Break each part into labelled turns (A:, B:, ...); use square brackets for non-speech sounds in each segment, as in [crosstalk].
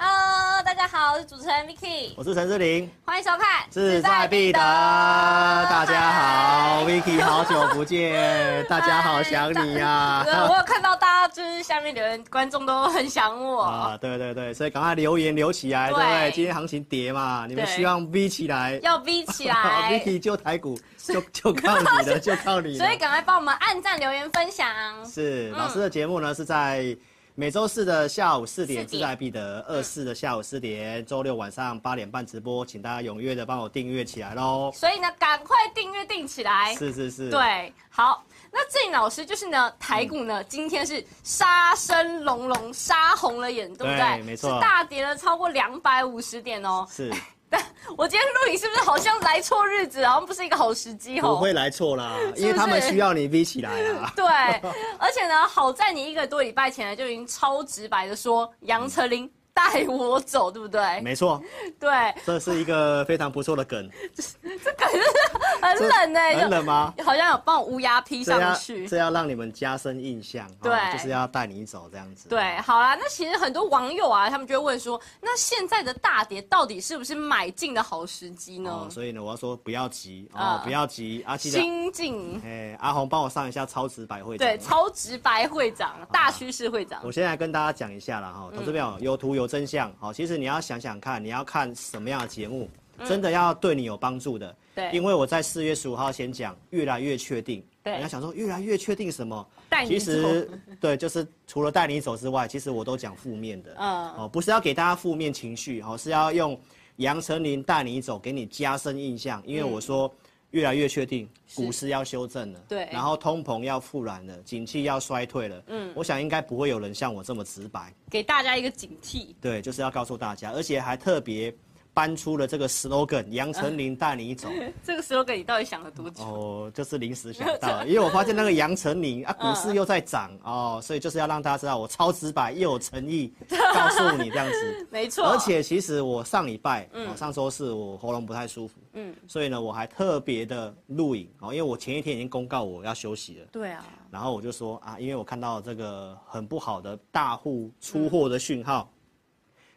A: Hello，大家好，我是主持人 Vicky，
B: 我是陈志玲，
A: 欢迎收看《
B: 志在必得。大家
A: [laughs]
B: 好，Vicky，好久不见，大家好想你呀、
A: 呃我有看到大家就是下面留言，观众都很想我。
B: 啊，对对对，所以赶快留言留起来，对不对？
A: 对
B: 今天行情跌嘛，你们
A: 对
B: 希望 V 起来
A: 要 V 起
B: [laughs]
A: 来，
B: ，Vicky 救台股，就就靠你了，就靠你了。
A: [laughs] 所以赶快帮我们按赞、留言、分享。
B: 是
A: 嗯
B: 老师的节目呢是在每周四的下午四点，
A: 四点嗯
B: 志在必得；二四的下午四点，周六晚上八点半直播，请大家踊跃的帮我订阅起来喽。
A: 所以呢，赶快订阅订起来。
B: 是是是，
A: 对，好，那志颖老师就是呢，台股
B: 嗯
A: 呢、今天是杀声隆隆，杀红了眼，对不对？
B: 对没错
A: 是大跌了超过两百五十点哦。
B: 是。
A: 我今天录影是不是好像来错日子，好像不是一个好时机
B: 不
A: 哦？
B: 会来错啦，
A: [laughs] 是
B: 因为他们需要你 V 起来
A: [laughs]
B: 啊。
A: 对，而且呢，好在你一个多礼拜前呢就已经超直白的说杨丞琳带我走，对不对？
B: 没错，
A: 对，
B: 这是一个非常不错的梗。
A: 很冷呢、
B: 很冷啊吗？
A: 哎就好像有帮我乌鸦披
B: 这
A: 上
B: 要
A: 去
B: 这。要让你们加深印象，
A: 对
B: 哦就是要带你走这样子。啊
A: 对，好啦，那其实很多网友啊，他们就会问说，那现在的大跌到底是不是买进的好时机呢？
B: 哦，所以呢，我要说不要急哦
A: 啊，
B: 不要急啊，记
A: 嗯
B: 得。
A: 新进，
B: 哎，阿红帮我上一下超值百会。
A: 对，。超直白会长，大趋势会长
B: 我，先来跟大家讲一下啦，哈，
A: 嗯
B: 投资朋友有图有真相，好，其实你要想想看，你要看什么样的节目，真的要对你有帮助的。因
A: 嗯对，
B: 为我在四月十五号先讲，越来越确定。
A: 对
B: 人家想说越来越确定什么？
A: 带你
B: 其
A: 走，
B: 实对，就是除了带你走之外，其实我都讲负面的。
A: 嗯
B: 哦，不是要给大家负面情绪，哦，是要用杨丞琳带你走，给你加深印象。因为
A: 嗯
B: 我说越来越确定，股市要修正了，
A: 对
B: 然后通膨要复燃了，景气要衰退了。嗯，我想应该不会有人像我这么直白。
A: 给大家一个警惕。
B: 对，就是要告诉大家，而且还特别搬出了这个 slogan：杨丞琳带你走。
A: 这个 slogan 你到底想了多久？
B: [laughs] 哦，就是临 [laughs] 时想到，因为我发现那个杨丞琳啊，股市又在涨、 [laughs] 哦，所以就是要让大家知道我超直白又有诚 [laughs] 意，告诉你这样子。 [laughs]
A: 没错，
B: 而且其实我上礼拜，哦、上周四我喉咙不太舒服，嗯，所以呢我还特别的录影哦，因为我前一天已经公告我要休息了，
A: 对啊，
B: 然后我就说啊，因为我看到这个很不好的大户出货的讯号，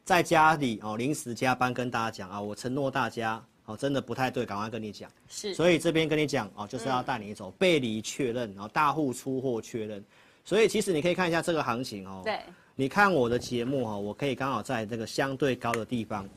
B: 在家里哦临时加班跟大家讲啊，我承诺大家哦真的不太对，赶快跟你讲。
A: 是嗯
B: 所以这边跟你讲哦，就是要带你走，背离确认，然后大户出货确认。所以其实你可以看一下这个行情哦。
A: 对，
B: 你看我的节目哦，我可以刚好在这个相对高的地方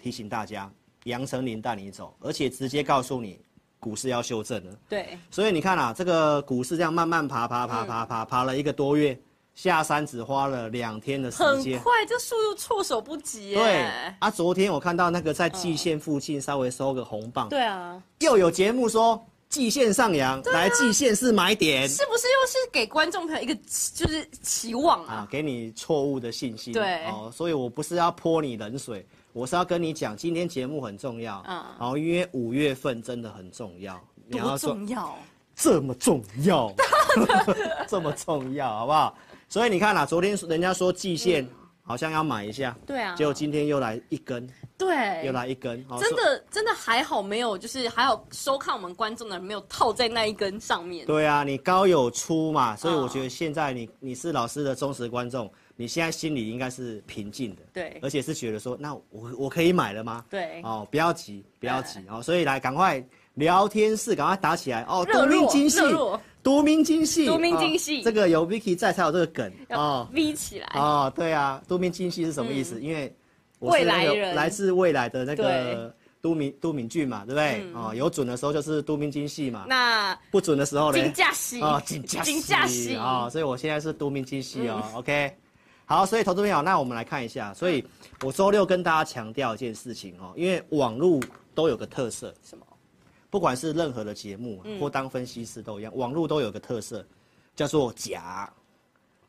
B: 提醒大家，杨丞琳带你走，而且直接告诉你股市要修正了。
A: 对，
B: 所以你看啊，这个股市这样慢慢爬爬爬爬
A: 嗯
B: 爬爬了一个多月，下山只花了两天的时
A: 很
B: 间。
A: 快，这速度措手不及耶。
B: 对啊，昨天我看到那个在季线附近稍微收个红棒，
A: 对啊，
B: 又有节目说季线上扬，来季线是买点
A: 是不是又是给观众朋友一个就是期望
B: 啊
A: 啊？，
B: 给你错误的信息。
A: 对
B: 哦，所以我不是要泼你冷水，我是要跟你讲，今天节目很重要，
A: 嗯
B: 然后因为五月份真的很重要，你
A: 多
B: 要说
A: 重要？
B: 这么重
A: [laughs]
B: 要，这么重要，好不好？所以你看啦、啊昨天人家说季线。好像要买一下，
A: 嗯对啊
B: 结果今天又来一根，
A: 对
B: 又，来一根，哦
A: 真
B: 所
A: 的真的还好没有，就是还好收看我们观众的人没有套在那一根上面。
B: 对啊，你高有出嘛，所以
A: 嗯
B: 我觉得现在你你是老师的忠实观众，你现在心里应该是平静的，
A: 对
B: 而且是觉得说，那我我可以买了吗？
A: 对
B: 哦，不要急，不要急哦，所以来赶快聊天室赶快打起来哦，
A: 热
B: 读
A: 络
B: 命精细
A: 热，络
B: 读命精细，
A: 读命精细
B: 哦这个有 Vicky 在才有这个梗
A: 要哎
B: 哦啊
A: V 起来，
B: 哦，对啊，读命精细是什么意思？因为我
A: 嗯未
B: 是
A: 来
B: 那个
A: 人
B: 来自未来的那
A: 对
B: 个都敏都敏俊嘛，对不对？
A: 嗯
B: 哦，有准的时候就是都敏金系嘛，
A: 那
B: 不准的时候呢？
A: 金价喜
B: 啊，金价
A: 金价
B: 喜
A: 喜
B: 啊、哦，所以我现在是多名金系
A: 嗯
B: 哦、OK，好，所以投资朋友，那我们来看一下，所以我周六跟大家强调一件事情哦，因为网络都有个特色，
A: 什么？
B: 不管是任何的节目、啊
A: 嗯
B: 或当分析师都一样，网络都有个特色，叫做假，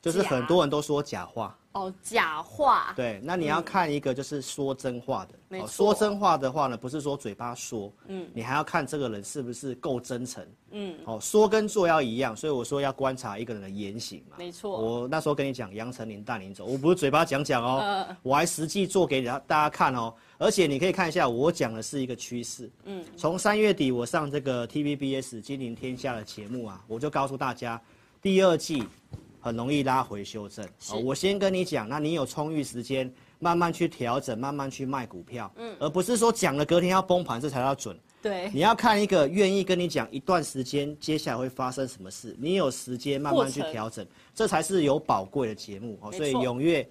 B: 就是
A: 假
B: 很多人都说假话。
A: 哦，假话，
B: 对，那你要看一个就是说真话的，
A: 嗯没
B: 哦
A: 错
B: 说真话的话呢，不是说嘴巴说，嗯，你还要看这个人是不是够真诚，嗯，哦，说跟做要一样，所以我说要观察一个人的言行嘛，
A: 没错
B: 我那时候跟你讲，杨丞琳带领走，我不是嘴巴讲讲哦，我还实际做给大大家看哦，而且你可以看一下，我讲的是一个趋势，嗯，从三月底我上这个 TVBS 金陵天下的节目啊，我就告诉大家，第二季很容易拉回修正。哦、我先跟你讲，那你有充裕时间慢慢去调整，慢慢去卖股票，嗯，而不是说讲了隔天要崩盘这才叫准。
A: 对，
B: 你要看一个愿意跟你讲一段时间接下来会发生什么事，你有时间慢慢去
A: 过程
B: 调整，这才是有宝贵的节目哦。
A: 没
B: 所以
A: 错
B: 踊跃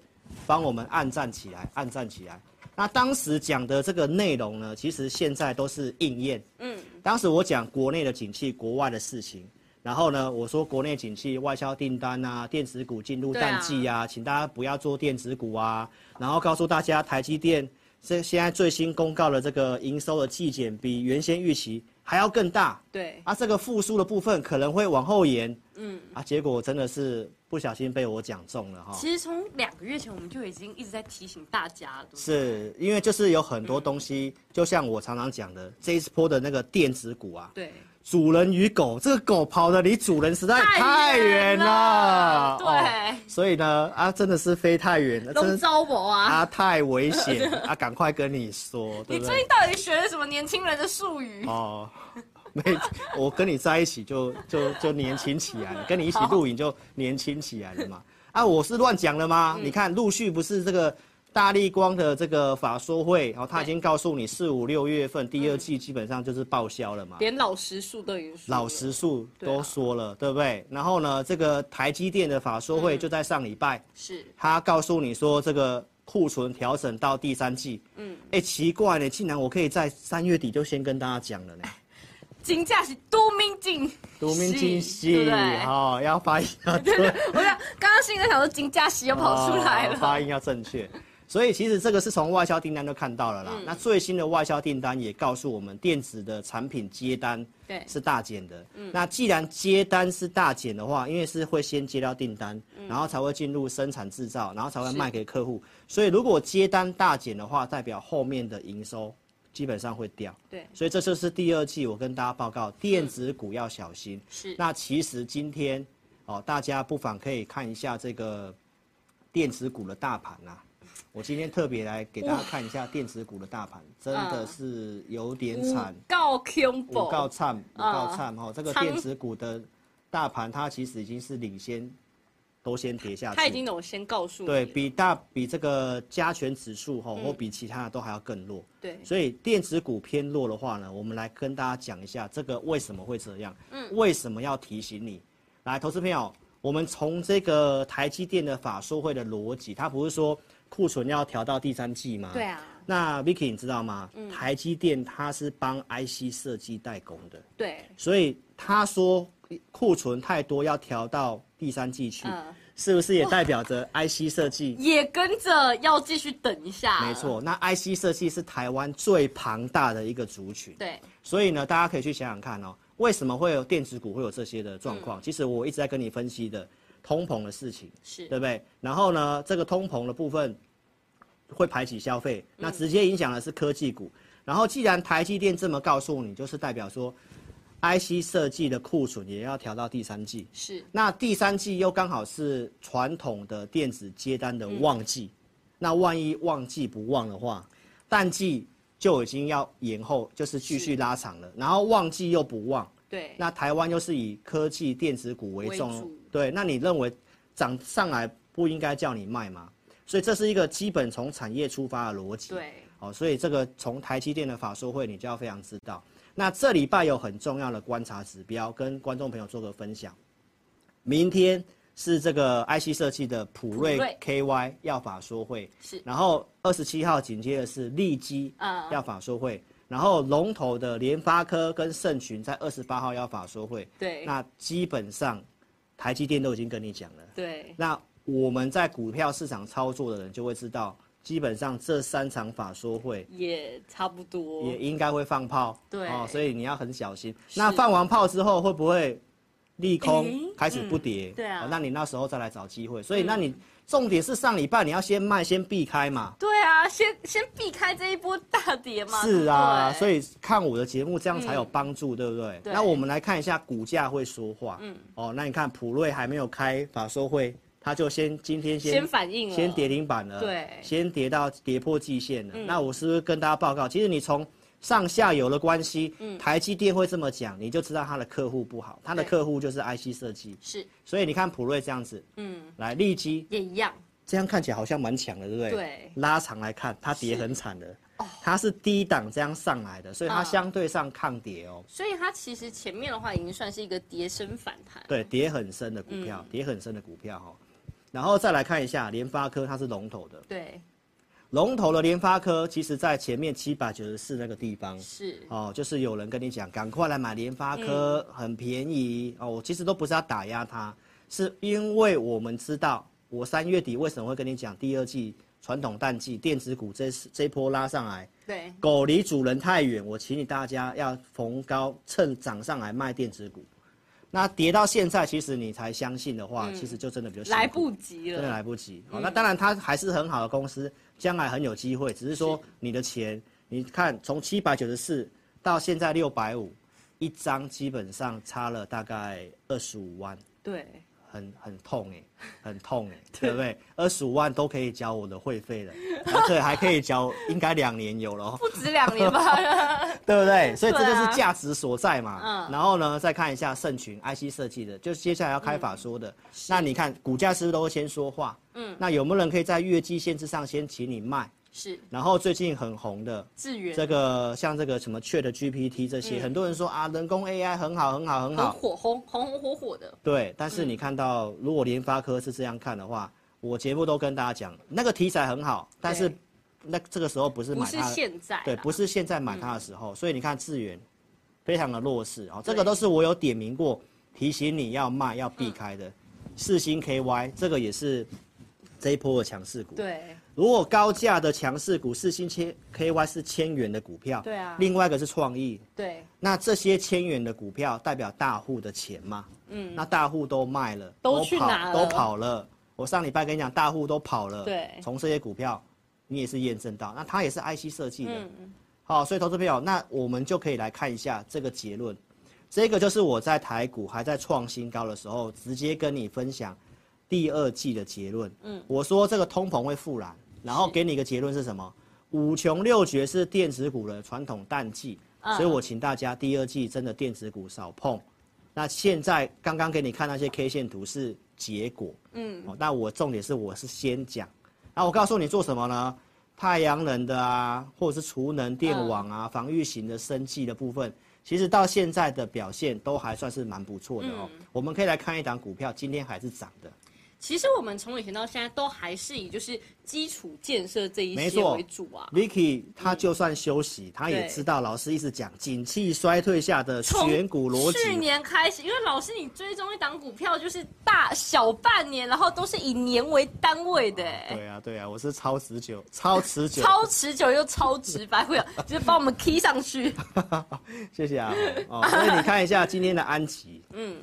B: 帮我们按赞起来，按赞起来。那当时讲的这个内容呢，其实现在都是应验。嗯，当时我讲国内的景气，国外的事情。然后呢，我说国内景气，外销订单啊，电子股进入
A: 对啊
B: 淡季啊，请大家不要做电子股啊。然后告诉大家，台积电这现在最新公告的这个营收的季减比原先预期还要更大
A: 对，
B: 啊，这个复苏的部分可能会往后延。嗯，啊，结果真的是不小心被我讲中了哈。
A: 其实从两个月前我们就已经一直在提醒大家了，
B: 是因为就是有很
A: 嗯
B: 多东西，就像我常常讲的，这一波的那个电子股啊，
A: 对，
B: 主人与狗，这个狗跑的离主人实在太
A: 太
B: 远
A: 远
B: 了
A: 了，
B: 哦
A: 对
B: 所以呢，啊，真的是飞太远了，
A: 龙
B: 真的
A: 招博啊，
B: 啊太危
A: [laughs]
B: 险啊，赶快跟你说，对
A: 你
B: 不
A: 最
B: 对
A: 近？到底学了什么年轻人的术语？
B: 哦，没，我跟你在一起就就就年轻起来了，跟你一起录影就年轻起来了嘛。啊，我是乱讲了吗？
A: 嗯
B: 你看陆续不是这个大力光的这个法说会，然、后他已
A: 对
B: 经告诉你四五六月份第二季基本上就是报销了嘛。
A: 连老实数都已经说了
B: 老实数
A: 对
B: 都
A: 啊
B: 说了，对不对？然后呢，这个台积电的法说会
A: 嗯
B: 就在上礼拜，
A: 是
B: 他告诉你说这个库存调整到第三季，嗯，哎，奇怪呢，竟然我可以在三月底就先跟大家讲了呢。
A: 金价是多命金，
B: 独明惊
A: 对
B: 喜
A: 不对，
B: 哦，要发音要对，
A: 我想刚刚心里在想说金价喜又跑出来
B: 哦发
A: 了，
B: 音要正确。所以其实这个是从外销订单都看到了
A: 嗯
B: 啦。那最新的外销订单也告诉我们，电子的产品接单
A: 对嗯
B: 是大减的。那既然接单是大减的话，因为是会先接到订单，然后才会进入生产制造，然后才会
A: 嗯是
B: 卖给客户。所以如果接单大减的话，代表后面的营收基本上会掉。
A: 对，
B: 所以这就是第二季我跟大家报告，电子股要小心。
A: 是
B: 那其实今天哦，大家不妨可以看一下这个电子股的大盘呐、我今天特别来给大家看一下电子股的大盘，真
A: 嗯
B: 的是有点惨，
A: 告 combo，
B: 五告惨，五告惨哈、哦。这个
A: 仓
B: 电子股的大盘，它其实已经是领先，都先跌下去。
A: 他已经有先告诉你
B: 对
A: 了
B: 比大比这个加权指数
A: 嗯
B: 哈、或比其他的都还要更弱。
A: 对
B: 所以电子股偏弱的话呢，我们来跟大家讲一下这个为什么会这样，
A: 嗯
B: 为什么要提醒你？来，投资朋友，我们从这个台积电的法说会的逻辑，它不是说库存要调到第三季吗？
A: 对。啊，嗯
B: 那 Vicky 你知道吗？台积电它是帮 IC 设计代工的，
A: 对，
B: 所以他说库存太多要调到第三季去，
A: 嗯
B: 是不是也代表着 IC 设计？
A: [laughs] 也跟着要继续等一下，
B: 没，错，那 IC 设计是台湾最庞大的一个族群。
A: 对，
B: 所以呢，大家可以去想想看哦，为什么会有电子股会有这些的状况？其实我一直在跟你分析的通膨的事情，
A: 是
B: 对不对？然后呢，这个通膨的部分会排挤消费，那直接影响的是科技股。然后既然台积电这么告诉你，就是代表说，IC 设计的库存也要调到第三季。
A: 是
B: 那第三季又刚好是传统的电子接单的
A: 嗯
B: 旺季，那万一旺季不旺的话，淡季就已经要延后，就是继续拉长了。然后旺季又不旺，
A: 对，
B: 那台湾又是以科技电子股为重，
A: 为主
B: 对，那你认为涨上来不应该叫你卖吗？所以这是一个基本从产业出发的逻辑。
A: 对，
B: 哦，所以这个从台积电的法说会，你就要非常知道。那这礼拜有很重要的观察指标，跟观众朋友做个分享。明天是这个 IC 设计的普瑞
A: 普瑞
B: KY 要法说会，
A: 是
B: 然后二十七号紧接着是利基
A: 嗯
B: 要法说会，然后龙头的联发科跟盛群在二十八号要法说会，
A: 对
B: 那基本上台积电都已经跟你讲了。
A: 对，
B: 那我们在股票市场操作的人就会知道，基本上这三场法说会
A: 也差不多。
B: 也应该会放炮，哦
A: 对
B: 所以你要很小心。那放完炮之后会不会利空
A: 诶
B: 开始不跌？
A: 嗯对啊嗯
B: 哦那你那时候再来找机会。所以那你重点是上礼拜你要先卖，先避开嘛。
A: 对啊，先先避开这一波大跌嘛。
B: 是啊，
A: 对嗯
B: 所以看我的节目这样才有帮助，对不对？
A: 对
B: 那我们来看一下股价会说话。嗯，哦，那你看普瑞还没有开法收会，它就先今天先
A: 先反应了，
B: 先跌停板了，
A: 嗯对嗯
B: 先跌到跌破季线了。那我是不是跟大家报告？其实你从上下游的关系，台积电会这么讲，你就知道它的客户不好，它的
A: 嗯对
B: 客户就是 IC 设计。
A: 是，
B: 所以你看普瑞这样子，
A: 嗯，
B: 来利基
A: 也一样，
B: 这样看起来好像蛮强的，对不对？
A: 对哦
B: 拉长来看，它跌很惨的，它是低档这样上来的，所以它
A: 嗯
B: 相对上抗跌哦。
A: 所以它其实前面的话已经算是一个跌升反弹，
B: 对，跌很深的股票，
A: 嗯
B: 跌很深的股票哈、哦。然后再来看一下联发科，它是龙头的。
A: 对，
B: 龙头的联发科，其实在前面七百九十四那个地方，
A: 是，
B: 哦，就是有人跟你讲，赶快来买联发科，很便宜哦。我其实都不是要打压它，是因为我们知道，我三月底为什么会跟你讲第二季传统淡季电子股这这一波拉上来，
A: 对，
B: 狗离主人太远，我请你大家要逢高趁涨上来卖电子股。那跌到现在，其实你才相信的话，其实就真的比较辛苦
A: 来不及
B: 真的
A: 了，
B: 来不及。好、那当然它还是很好的公司，将来很有机会，只是说你的钱，你看从七百九十四到现在六百五，一张基本上差了大概二十五万， [laughs]
A: 对，
B: 很很痛哎、很痛哎、对不对？二十五万都可以交我的会费了，而且还可以交，应该两年有了哦。
A: 不止两年
B: [laughs]
A: 吧，
B: 对不对？所以这
A: 对啊
B: 就是价值所在嘛。
A: 嗯
B: 然后呢，再看一下盛群 IC 设计的，就是接下来要开法说
A: 嗯
B: 的。那你看股价是不是都会先说话？嗯。那有没有人可以在月季限制上先请你卖？
A: 是
B: 然后最近很红的
A: 智源
B: 这个，像这个什么 Chat GPT 这些，很多人说啊，人工 AI 很好，很好，很
A: 嗯很
B: 好。
A: 火嗯红红红火火的，
B: 对，但是你看到，如果联发科是这样看的话，我节目都跟大家讲，那个题材很好，但是
A: 对
B: 那这个时候不是
A: 不
B: 买
A: 是
B: 它的
A: 现在啦，
B: 对，不是现在买它的时候，所以你看智源非常的弱势哦，这个
A: 嗯对
B: 都是我有点名过，提醒你要卖要避开
A: 嗯
B: 的。四星 KY 这个也是这一波的强势股。，
A: 对，
B: 如果高价的强势股，四星千 KY 是千元的股票，
A: 对啊
B: 另外一个是创意，
A: 对，
B: 那这些千元的股票代表大户的钱嘛？嗯，那大户都卖了，
A: 都去
B: 跑
A: 哪
B: 都
A: 了
B: 跑了。我上礼拜跟你讲，大户都跑了。
A: 对
B: 从这些股票，你也是验证到，那它也是 IC 设计的。
A: 嗯
B: 好，所以投资朋友，那我们就可以来看一下这个结论。这个就是我在台股还在创新高的时候，直接跟你分享第二季的结论。嗯，我说这个通膨会复燃，然后给你一个结论是什么？五穷六绝是电子股的传统淡季，所以我请大家第二季真的电子股少碰。那现在刚刚给你看那些 K 线图是结果，嗯，哦，那我重点是我是先讲，那我告诉你做什么呢？太阳能的啊，或者是储能、电网
A: 嗯
B: 啊、防御型的生技的部分，其实到现在的表现都还算是蛮不错的哦。
A: 嗯
B: 我们可以来看一档股票，今天还是涨的，
A: 其实我们从以前到现在都还是以就是基础建设这一
B: 没
A: 些
B: 错
A: 为主啊，
B: Vicky 他就算休息，他也
A: 对
B: 知道老师一直讲景气衰退下的
A: 从
B: 选股逻
A: 嗯去
B: 辑。啊
A: 年开始，因为老师你追踪一档股票就是大小半年，然后都是以年为单位的、哎
B: 对啊，对啊，我是超持久， [laughs] 超持久，
A: 超持久又超直白，会有 [laughs] 就是把我们 key 上
B: [laughs]
A: 去。
B: 谢谢啊。哦，所以你看一下今天的安
A: [laughs]
B: 吉，嗯，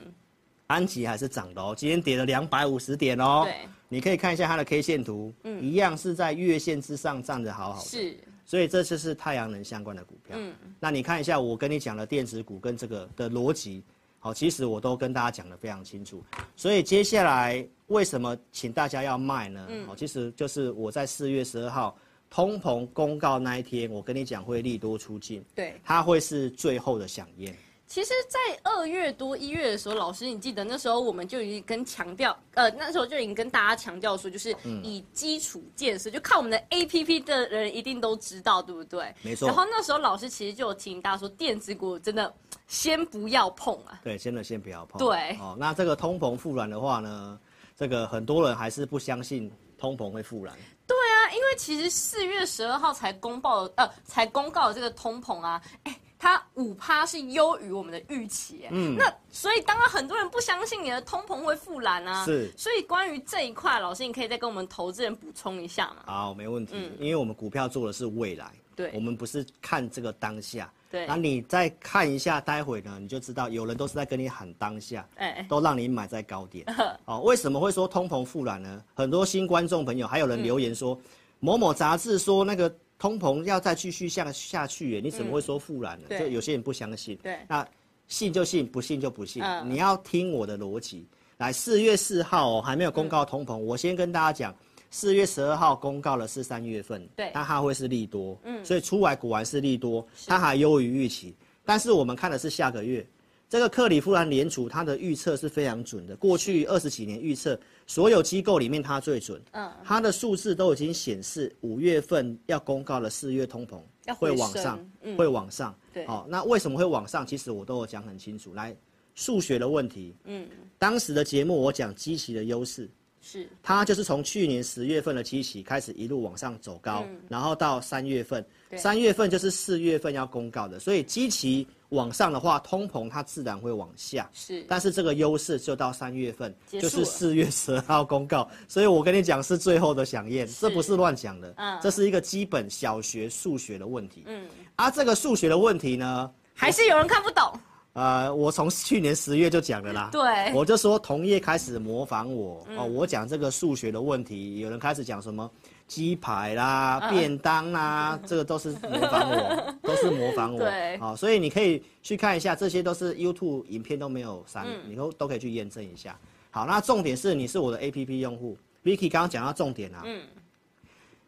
B: 安吉还是涨的哦，今天跌了两百五十点哦。
A: 对，
B: 你可以看一下它的 K 线图，嗯，一样是在月线之上站得好好的，
A: 是，
B: 所以这就是太阳能相关的股票。嗯，那你看一下我跟你讲的电子股跟这个的逻辑，好，其实我都跟大家讲的非常清楚。所以接下来为什么请大家要卖呢？嗯，其实就是我在四月十二号通膨公告那一天，我跟你讲会利多出尽，
A: 对。
B: 它会是最后的响应。
A: 其实，在二月多一月的时候，老师，你记得那时候我们就已经跟强调，呃，那时候就已经跟大家强调说，就是
B: 嗯
A: 以基础建设，就看我们的 A P P 的人一定都知道，对不对？
B: 没错
A: 然后那时候老师其实就有提醒大家说，电子股真的先不要碰啊。
B: 对，真的先不要碰。
A: 对
B: 哦，那这个通膨复燃的话呢，这个很多人还是不相信通膨会复燃。
A: 对啊，啊，因为其实四月十二号才公报，呃，才公告的这个通膨啊，哎、它五趴是优于我们的预期、哎
B: 嗯
A: 那所以当然很多人不相信你的通膨会复燃啊，
B: 是
A: 所以关于这一块，老师你可以再跟我们投资人补充一下嘛？嗯
B: 好，没问题，因为我们股票做的是未来，
A: 对
B: 我们不是看这个当下。
A: 对
B: 那你再看一下，待会呢，你就知道有人都是在跟你喊当下，
A: 哎哎
B: 都让你买在
A: [laughs]
B: 高点。哦，为什么会说通膨复燃呢？很多新观众朋友还有人留言说，
A: 嗯
B: 某某杂志说那个通膨要再继续下下去耶，你怎么会说复燃呢？
A: 嗯对
B: 就有些人不相信。
A: 对
B: 那信就信，不信就不信。
A: 嗯
B: 你要听我的逻辑。来，四月四号哦，还没有公告通
A: 嗯
B: 膨，我先跟大家讲，四月十二号公告的是三月份，
A: 对
B: 但它会是利多，嗯，所以出来果然是利多，它还优于预期。但是我们看的是下个月，这个克里夫兰联储它的预测是非常准的，过去二十几年预测，所有机构里面它最准，嗯，它的数字都已经显示五月份要公告的四月通膨
A: 要回
B: 会往
A: 升
B: 上，
A: 嗯
B: 会往上，
A: 对
B: 好、那为什么会往上？其实我都有讲很清楚，来。数学的问题，
A: 嗯，
B: 当时的节目我讲基期的优势，
A: 是
B: 它就是从去年十月份的基期开始一路往上走高，
A: 嗯
B: 然后到三月份，三月份就是四月份要公告的，所以基期往上的话，通膨它自然会往下。
A: 是，
B: 但是这个优势就到三月份，
A: 结束
B: 就
A: 了
B: 是四月十二号公告，所以我跟你讲是最后的响验，这不是乱讲的，
A: 嗯
B: 这是一个基本小学数学的问题。
A: 嗯，
B: 啊，这个数学的问题呢，
A: 还是有人看不懂，
B: 呃，我从去年十月就讲了啦。
A: 对
B: 我就说同业开始模仿我、
A: 嗯
B: 哦，我讲这个数学的问题，有人开始讲什么鸡排啦、
A: 嗯
B: 便当
A: [laughs]
B: 啦，这个都是模仿我，都是模仿我。
A: 对
B: 好、所以你可以去看一下，这些都是 YouTube 影片都没有删，
A: 嗯
B: 你都都可以去验证一下。好，那重点是你是我的 APP 用户，Vicky 刚刚讲到重点啊，
A: 嗯，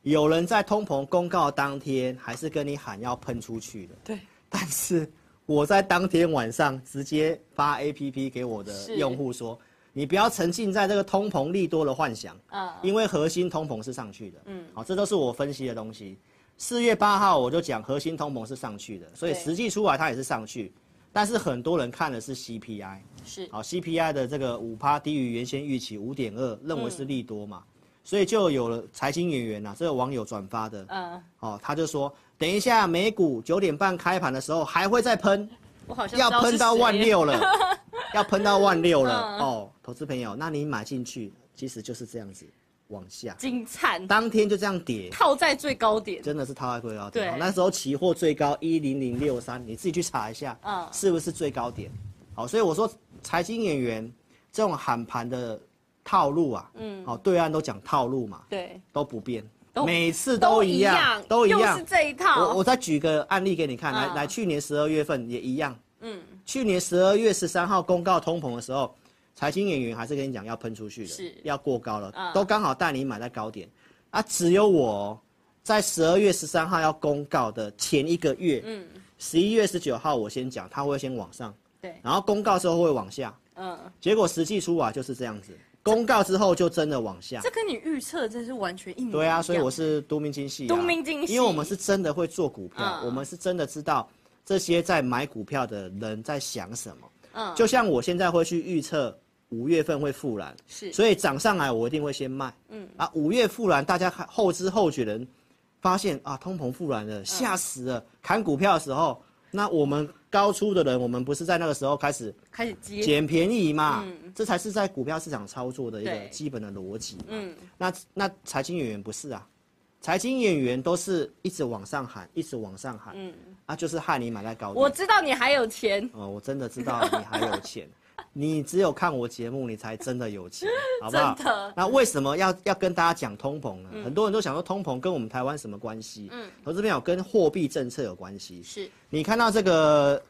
B: 有人在通膨公告当天还是跟你喊要喷出去的，
A: 对，
B: 但是我在当天晚上直接发 APP 给我的
A: 是
B: 用户说，你不要沉浸在这个通膨利多的幻想，
A: 嗯，
B: 因为核心通膨是上去的，嗯，好，这都是我分析的东西。四月八号我就讲核心通膨是上去的，所以
A: 对
B: 实际出来它也是上去，但是很多人看的是 CPI，
A: 是
B: 好，CPI 的这个五趴低于原先预期五点二，认为是利多嘛，所以就有了财经演员呐、啊这个网友转发的，
A: 嗯，
B: 哦，他就说，等一下美股九点半开盘的时候还会再喷，
A: 我好像知
B: 要
A: 道
B: 喷
A: 是
B: 到
A: 谁
B: 万，六了， [laughs] 要喷到万六了、
A: 嗯
B: 哦，投资朋友，那你买进去其实就是这样子往下，
A: 金灿
B: 当天就这样跌。
A: 套在最高点，
B: 真的是套在最高
A: 对
B: 点，好哦那时候期货最高一零零六三，你自己去查一下，
A: 嗯
B: 是不是最高点？好，所以我说财经演员这种喊盘的套路啊，嗯，好，对岸都讲套路嘛，
A: 对，
B: 都不变
A: 都，
B: 每次
A: 都
B: 都一样，都一
A: 又
B: 样
A: 是，这一套，
B: 我我再举个案例给你看，来
A: 嗯
B: 来，去年十二月份也一样，嗯，去年十二月十三号公告通膨的时候，财经演员还是跟你讲要喷出去的，
A: 是
B: 要过高了，
A: 嗯
B: 都刚好带你买在高点，啊，只有我哦在十二月十三号要公告的前一个月，嗯，十一月十九号我先讲，它会先往上，
A: 对
B: 然后公告之后会往下，
A: 嗯，
B: 结果实际出来就是这样子，公告之后就真的往下
A: 这。跟你预测真是完全一嗯模一样。
B: 对啊，所以我是都明精细、啊，
A: 都明精细
B: 因为我们是真的会做股票，
A: 嗯
B: 我们是真的知道这些在买股票的人在想什么。
A: 嗯
B: 就像我现在会去预测五月份会复燃，
A: 是
B: 所以涨上来我一定会先卖。嗯啊，五月复燃，大家看后知后觉的人发现啊，通膨复燃
A: 嗯
B: 了，吓死了！砍股票的时候，那我们高出的人，我们不是在那个时候开始
A: 开始接
B: 捡便宜嘛，这才是在股票市场操作的一个
A: 嗯对
B: 基本的逻辑嘛。
A: 嗯
B: 那那财经演员不是啊，财经演员都是一直往上喊，一直往上喊，嗯，啊，就是害你买在高点。
A: 我知道你还有钱，
B: 哦，我真的知道你还有
A: [laughs]
B: 钱，你只有看我节目，你才真的有钱，好不好？
A: 真的嗯
B: 那为什么要要跟大家讲通膨呢？很多人都想说通膨跟我们台湾什么关系？嗯，投资朋友跟货币政策有关系。
A: 是
B: 你看到这个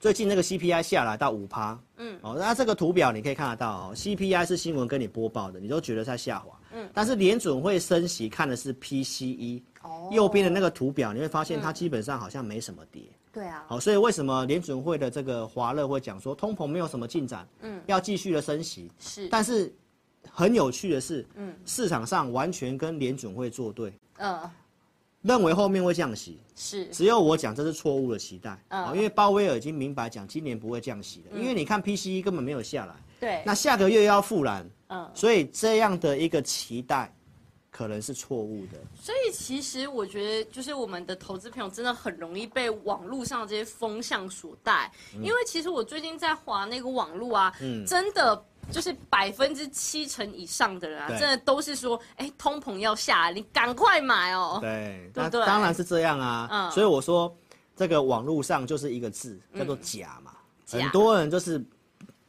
B: 最近那个 CPI 下来到五趴，嗯，哦，那这个图表你可以看得到哦，CPI 是新闻跟你播报的，你都觉得在下滑，嗯，但是联准会升息看的是 PCE，
A: 哦
B: 右边的那个图表你会发现它基本上好像没什么跌，
A: 对啊，
B: 好，所以为什么联准会的这个华勒会讲说通膨没有什么进展，嗯，要继续的升息，
A: 是
B: 但是很有趣的是，嗯，市场上完全跟联准会作对，
A: 嗯
B: 认为后面会降息，
A: 是
B: 只有我讲这是错误的期待
A: 嗯
B: 啊、因为鲍威尔已经明白讲今年不会降息了，因为你看 PCE 根本没有下来，
A: 对，
B: 那下个月又要复燃，
A: 嗯
B: 所以这样的一个期待可能是错误的。
A: 所以其实我觉得，就是我们的投资朋友真的很容易被网络上这些风向所带，因为其实我最近在划那个网络啊，真的。就是百分之七成以上的人啊，
B: 对
A: 真的都是说，哎、通膨要下来，你赶快买哦。
B: 对，
A: 对
B: 那
A: 不对
B: 当然是这样啊。
A: 嗯
B: 所以我说，这个网络上就是一个字，叫做假嘛。
A: 假
B: 很多人就是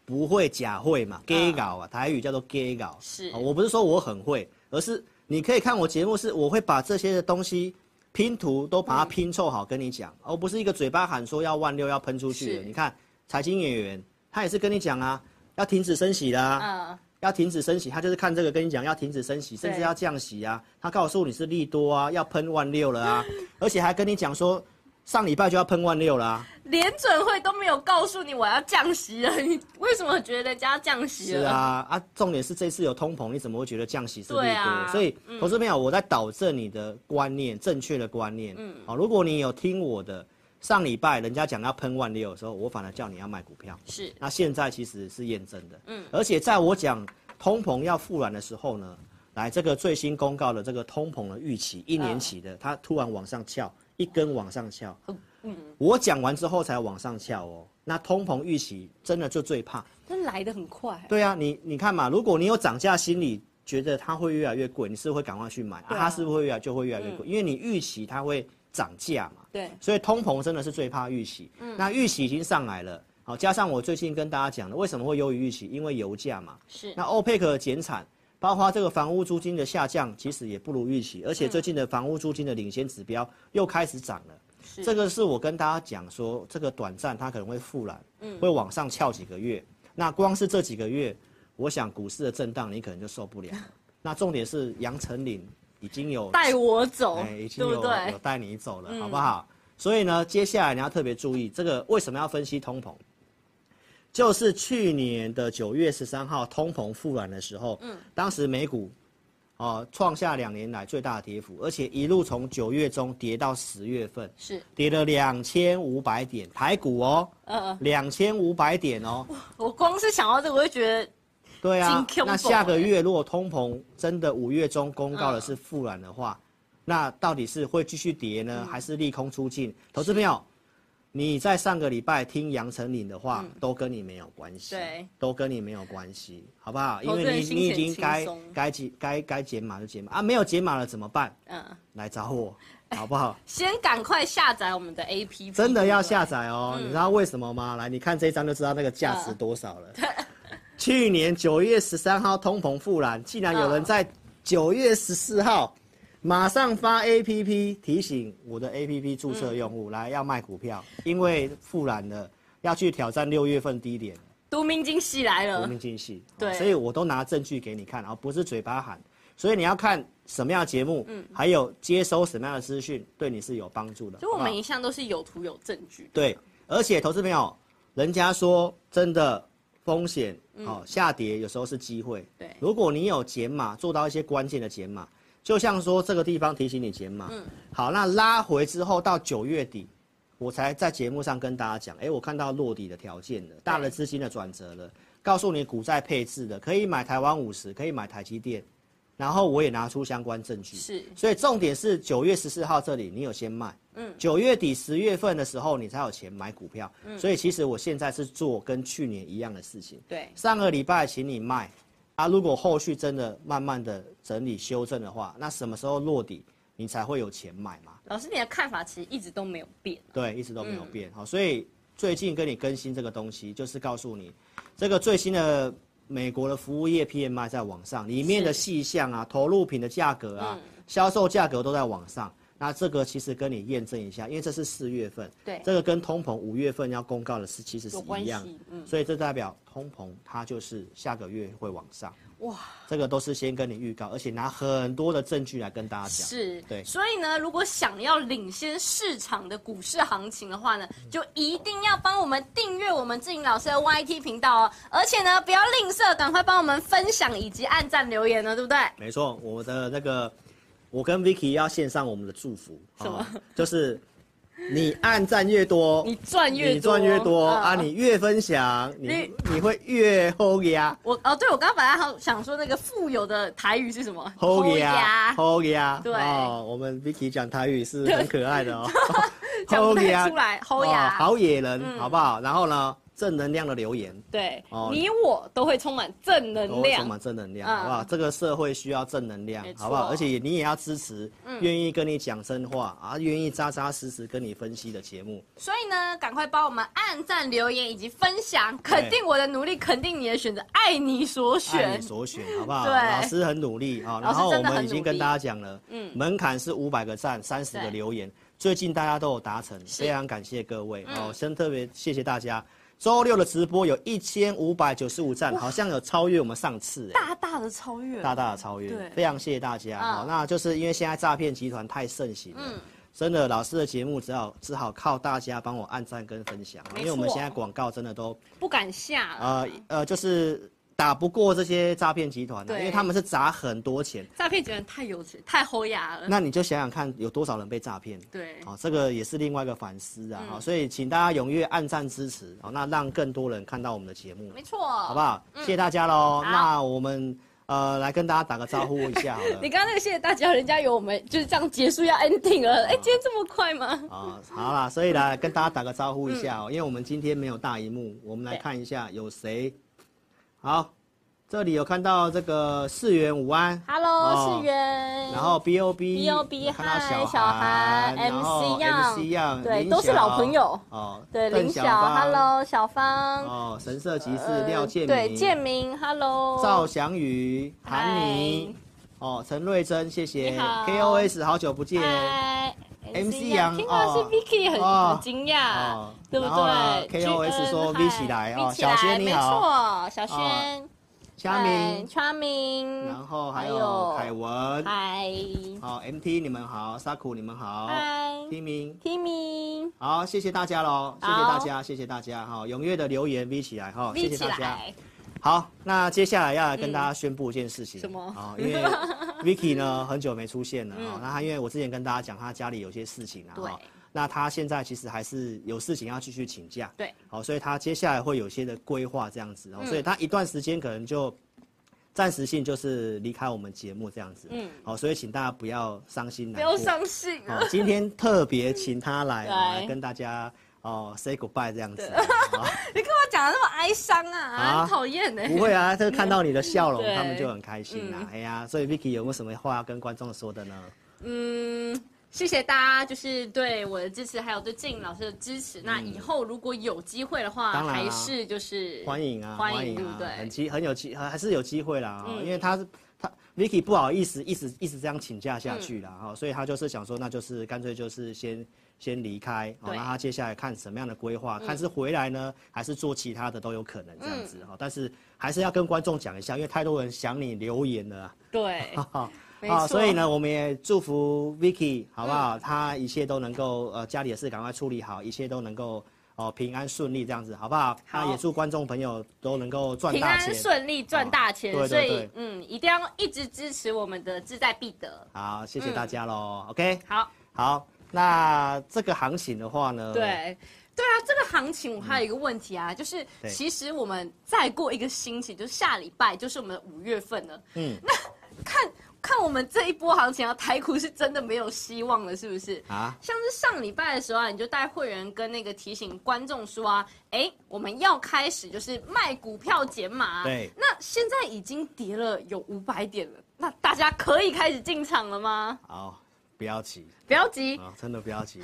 B: 不会假会嘛，gay 搞啊，台语叫做 gay 搞。
A: 嗯是
B: 哦我不是说我很会，而是你可以看我节目，是我会把这些的东西。拼图都把它拼凑好，跟你讲，而、不是一个嘴巴喊说要万六要喷出去
A: 嗯
B: 的。
A: 是
B: 你看财经演员，他也是跟你讲啊，要停止升息啦、
A: 嗯，
B: 要停止升息，他就是看这个跟你讲要停止升息，甚至要降息啊。他告诉你是利多啊，要喷万六了
A: [laughs]
B: 啊，而且还跟你讲说上礼拜就要喷万六啦、啊
A: 联准会都没有告诉你我要降息了，你 [laughs] 为什么觉得人家降息
B: 是
A: 了？
B: 啊啊，重点是这次有通膨，你怎么会觉得降息是利多？
A: 对啊
B: 所以，投资朋友，我在导正你的观念，正确的观念。嗯，好、如果你有听我的，上礼拜人家讲要喷万六的时候，我反而叫你要卖股票。
A: 是
B: 那现在其实是验证的，嗯，而且在我讲通膨要复燃的时候呢，来这个最新公告的这个通膨的预期，一年期的，它突然往上翘，一根往上翘，嗯，我讲完之后才往上翘哦。那通膨预期真的就最怕，
A: 但来的很快、
B: 对啊，你你看嘛，如果你有涨价心理，觉得它会越来越贵，你是不是会赶快去买，啊
A: 对啊嗯
B: 它是不是会越来就会越来越贵，因为你预期它会涨价嘛，
A: 对，嗯
B: 所以通膨真的是最怕预期。那预期已经上来了，好，加上我最近跟大家讲的，为什么会优于预期？因为油价嘛。
A: 是
B: 那欧佩克的减产，包括这个房屋租金的下降，其实也不如预期，而
A: 嗯
B: 且最近的房屋租金的领先指标又开始涨了。这个是我跟大家讲说，这个短暂它可能会复燃，会往上翘几个月。那光是这几个月，我想股市的震荡你可能就受不了了。那重点是杨丞琳已经有
A: 带我走，
B: 哎，已经
A: 对
B: 有
A: 不对嗯
B: 有？带你走了，好不好？所以呢，接下来你要特别注意，这个为什么要分析通膨？就是去年的九月十三号通膨复燃的时候，嗯，当时美股哦创下两年来最大的跌幅，而且一路从九月中跌到十月份，
A: 是，
B: 跌了两千五百点，台股哦，
A: 呃，
B: 两千五百点哦，
A: 我光是想到这个，我就觉得
B: 对啊
A: 金，
B: 那
A: combo
B: 下个月如果通膨真的五月中公告的是复燃的
A: 嗯
B: 话，那到底是会继续跌呢，还是利空出尽？投资朋友，你在上个礼拜听杨丞琳的话，都跟你没有关系，
A: 嗯对，
B: 都跟你没有关系，好不好？因
A: 投资人
B: 为你
A: 心
B: 你已
A: 情
B: 经
A: 轻
B: 该
A: 松
B: 该减该该减码就减码啊，没有减码了怎么办？
A: 嗯，
B: 来找我，好不好？
A: 先赶快下载我们的 APP，
B: 真的要下
A: 载。
B: 载哦，你知道为什么吗？来，你看这一张就知道那个价值多少了。
A: 嗯 [laughs]
B: 去年九月十三号通膨复燃，竟然有人
A: 啊
B: 在九月十四号马上发 APP 提醒我的 APP 注册用
A: 嗯
B: 户、来要卖股票，因为复燃了，要去挑战六月份低点，
A: 读明经戏来
B: 无
A: 了，
B: 名尽戏。
A: [laughs] 对
B: 所以我都拿证据给你看，而哦不是嘴巴喊。所以你要看什么样的节目，
A: 嗯
B: 还有接收什么样的资讯，对你是有帮助的。
A: 所以我
B: 好不好
A: 们一向都是有图有证据的。
B: 对，而且投资朋友，人家说真的风险哦，下跌有时候是机会。
A: 嗯对
B: 如果你有减码，做到一些关键的减码，就像说这个地方提醒你减
A: 嗯
B: 码，好，那拉回之后到九月底。我才在节目上跟大家讲，哎、我看到落底的条件了，大的资金的转折了，告诉你股债配置的，可以买台湾五十，可以买台积电，然后我也拿出相关证据。
A: 是
B: 所以重点是九月十四号这里你有先卖，嗯，九月底十月份的时候你才有钱买股票，所以其实我现在是做跟去年一样的事情。
A: 对，
B: 上个礼拜请你卖，啊，如果后续真的慢慢的整理修正的话，那什么时候落底你才会有钱买嘛？
A: 老师你的看法其实一直都没有变。
B: 对，一直都没
A: 嗯
B: 有变。好，所以最近跟你更新这个东西，就是告诉你，这个最新的美国的服务业 PMI 在往上，里面的
A: 是嗯
B: 细项啊、投入品的价格啊、销售价格都在往上。那这个其实跟你验证一下，因为这是四月份，
A: 对
B: 这个跟通膨五月份要公告的是其实是
A: 有关
B: 一样
A: 系，嗯
B: 所以这代表通膨它就是下个月会往上。
A: 哇，
B: 这个都是先跟你预告，而且拿很多的证据来跟大家讲。
A: 是，
B: 对
A: 所以呢，如果想要领先市场的股市行情的话呢，就一定要帮我们订阅我们志颖老师的 YT 频道哦，而且呢，不要吝啬，赶快帮我们分享以及按赞留言呢，哦对不对？
B: 没错，我的那个，我跟 Vicky 要献上我们的祝福。
A: 什么
B: 哦就是你按赞越多，
A: 你赚越多，
B: 你赚越多
A: 嗯
B: 啊，你越分享，你你会越吼呀
A: 我哦，对，我刚刚本来好想说那个富有的台语是什么？
B: 吼
A: 呀
B: 呀，吼呀，
A: 对
B: 哦，我们 Vicky 讲台语是很可爱的哦，
A: [laughs] 讲不太
B: 呀
A: 出来，吼
B: 哦，
A: 呀，
B: [laughs] 好野人，
A: 嗯
B: 好不好？然后呢，正能量的留言。
A: 对
B: 哦，
A: 你我都会充满正
B: 都
A: 能
B: 会充
A: 量，
B: 满正能量，
A: 嗯
B: 好不好？这个社会需要正能量
A: 没，错嗯
B: 好不好？而且你也要支持，愿意跟你讲真话啊，愿意扎扎实实跟你分析的节目。
A: 所以呢，赶快帮我们按赞、留言以及分享，肯定我的努力，肯定你的选择，爱你所
B: 爱
A: 选
B: 你。所选，好不好？
A: 对
B: 老师很努力啊。
A: 老
B: 然
A: 师
B: 后我
A: 真的很
B: 们已经跟
A: 努力
B: 大家讲了，嗯，门槛是五百个赞，三十个
A: 对
B: 留言，最近大家都有达成，非常感谢各位
A: 嗯
B: 哦，先特别谢谢大家。周六的直播有一千五百九十五赞，好像有超越我们上次，哎
A: 大大的超 [laughs] 越，
B: 大大的超越
A: 对，
B: 非常谢谢大家。
A: 嗯
B: 好，那就是因为现在诈骗集团太盛行了。真的，老师的节目只好只好靠大家帮我按赞跟分享，
A: 没
B: 因为我们
A: 错啊
B: 现在广告真的都
A: 不敢下了。
B: 呃呃，就是打不过这些诈骗集团、啊，
A: 对
B: 因为他们是砸很多钱。
A: 诈骗集团太有趣，太齁牙了。
B: 那你就想想看，有多少人被诈骗？
A: 嗯对，嗯
B: 哦，这个也是另外一个反思啊。好、所以请大家踊跃按赞支持，哦，那让更多人看到我们的节目，
A: 没错，好
B: 好不？好？谢谢大家喽。
A: 好
B: 那我们呃来跟大家打个招呼一下好
A: [laughs]
B: 了
A: 你。刚刚那个谢谢大家，人家有我们就是这样结束要 ending 了。哎、今天这么快吗？
B: 啊、好啦，所以来跟大家打个招呼一下哦，因为我们今天没有大荧幕，我们来
A: 嗯对
B: 看一下有谁。好，这里有看到这个世元午安。
A: Hello，
B: 哦
A: 世源，
B: 然后 B O B
A: B.O.B.
B: 看到
A: 嗨
B: 小
A: 小韩
B: 韩然后
A: MC Yang
B: MC 样，
A: 对
B: 林
A: 都是
B: 晓
A: 老朋友
B: 哦，
A: 对
B: 邓
A: 林晓
B: 芳
A: ，Hello，小芳，
B: 哦，神社骑士
A: 呃
B: 廖建明，
A: 对，建明，Hello，
B: 赵翔宇、韩妮
A: 嗨，
B: 哦，陈瑞珍，谢谢
A: 你好
B: ，K O S 好久不见，
A: 嗨
B: MC 杨
A: 听到是
B: 哦
A: Vicky 很、
B: 哦
A: 很惊讶、
B: 哦
A: 对不
B: 然后呢
A: 对
B: KOS 说
A: GN
B: V 起来
A: 嗨
B: 哦
A: V 起来
B: 小轩你好
A: 没错，小
B: 哦
A: 轩，
B: 佳明，
A: 川明，
B: 然后还
A: 还
B: 有
A: 有
B: 凯文，
A: 嗨
B: 好 M T 你们好，Saku 你们好
A: 嗨
B: ，T 明。
A: ，Timmy
B: 好，谢谢大家喽，谢谢大家，谢谢大家哈，踊跃的留言 V 起来哈，谢
A: V
B: 谢
A: 起
B: 大家。
A: 来，
B: 好，那接下来要来跟大家宣布一件事情。
A: 什么嗯
B: 啊、因
A: [laughs]
B: 为 Vicky 呢很久没出现了啊、那他因为我之前跟大家讲，他家里有些事情啊。
A: 对
B: 哦那他现在其实还是有事情要继续请假。
A: 对。嗯
B: 好、所以他接下来会有一些的规划这样子哦、所以他一段时间可能就。暂时性就是离开我们节目这样子，嗯
A: 嗯，
B: 好、所以请大家不要伤心
A: 不
B: 难过，
A: 要伤心
B: [laughs]
A: 啊。
B: 哦，今天特别请他来，
A: 对
B: 来跟大家哦 say goodbye 这样子，好
A: 你干嘛讲的那么哀伤啊？
B: 啊
A: 很讨厌呢。 [laughs]
B: [laughs] 不会啊，这个看到你的笑容，
A: 对
B: 他们就很开心啦。哎呀，所以 Vicky 有没有什么话要跟观众说的呢？
A: 嗯，谢谢大家，就是对我的支持，还有对静颖老师的支持。那以后如果有机会的话，
B: 嗯当然啊
A: 还是就是
B: 欢迎啊，
A: 欢迎，
B: 迎
A: 对嗯不
B: 啊，很
A: 对？
B: 机很有机，还还是有机会啦，哦因为他是。他 Vicky 不好意思，一直一直这样请假下去啦，
A: 嗯
B: 哈、所以他就是想说，那就是干脆就是先先离开，哦，
A: 对嗯
B: 那他接下来看什么样的规划，看是回来呢，还是做其他的都有可能这样子，
A: 嗯
B: 哈、但是还是要跟观众讲一下，因为太多人想你留言了啊， [laughs]
A: 对，
B: 哈
A: 没错。嗯
B: 啊，所以，呢，我们也祝福 Vicky 好不好？她一切都能够呃，家里的事赶快处理好，一切都能够哦、平安顺利这样子，好不好？
A: 好
B: 那也祝观众朋友都能够赚
A: 平
B: 大
A: 安
B: 钱。
A: 顺利赚大钱，
B: 哦对
A: 所
B: 对
A: 以
B: 对
A: 嗯，一定要一直支持我们的志在必得。
B: 好，谢谢大家喽。OK，
A: 嗯好，
B: 好，那这个行情的话呢，，
A: 对。对啊，这个行情我还有一个问题啊，就是
B: 嗯对
A: 其实我们再过一个星期，就是下礼拜就是我们五月份了。
B: 嗯，
A: 看看我们这一波行情啊，台股是真的没有希望了，是不是？
B: 啊，
A: 像是上礼拜的时候啊，你就带会员跟那个提醒观众说啊，哎，我们要开始就是卖股票减码。啊
B: 对
A: 那现在已经跌了有五百点了，那大家可以开始进场了吗？
B: 好，不要急
A: 不要急，
B: 啊，真的不要急，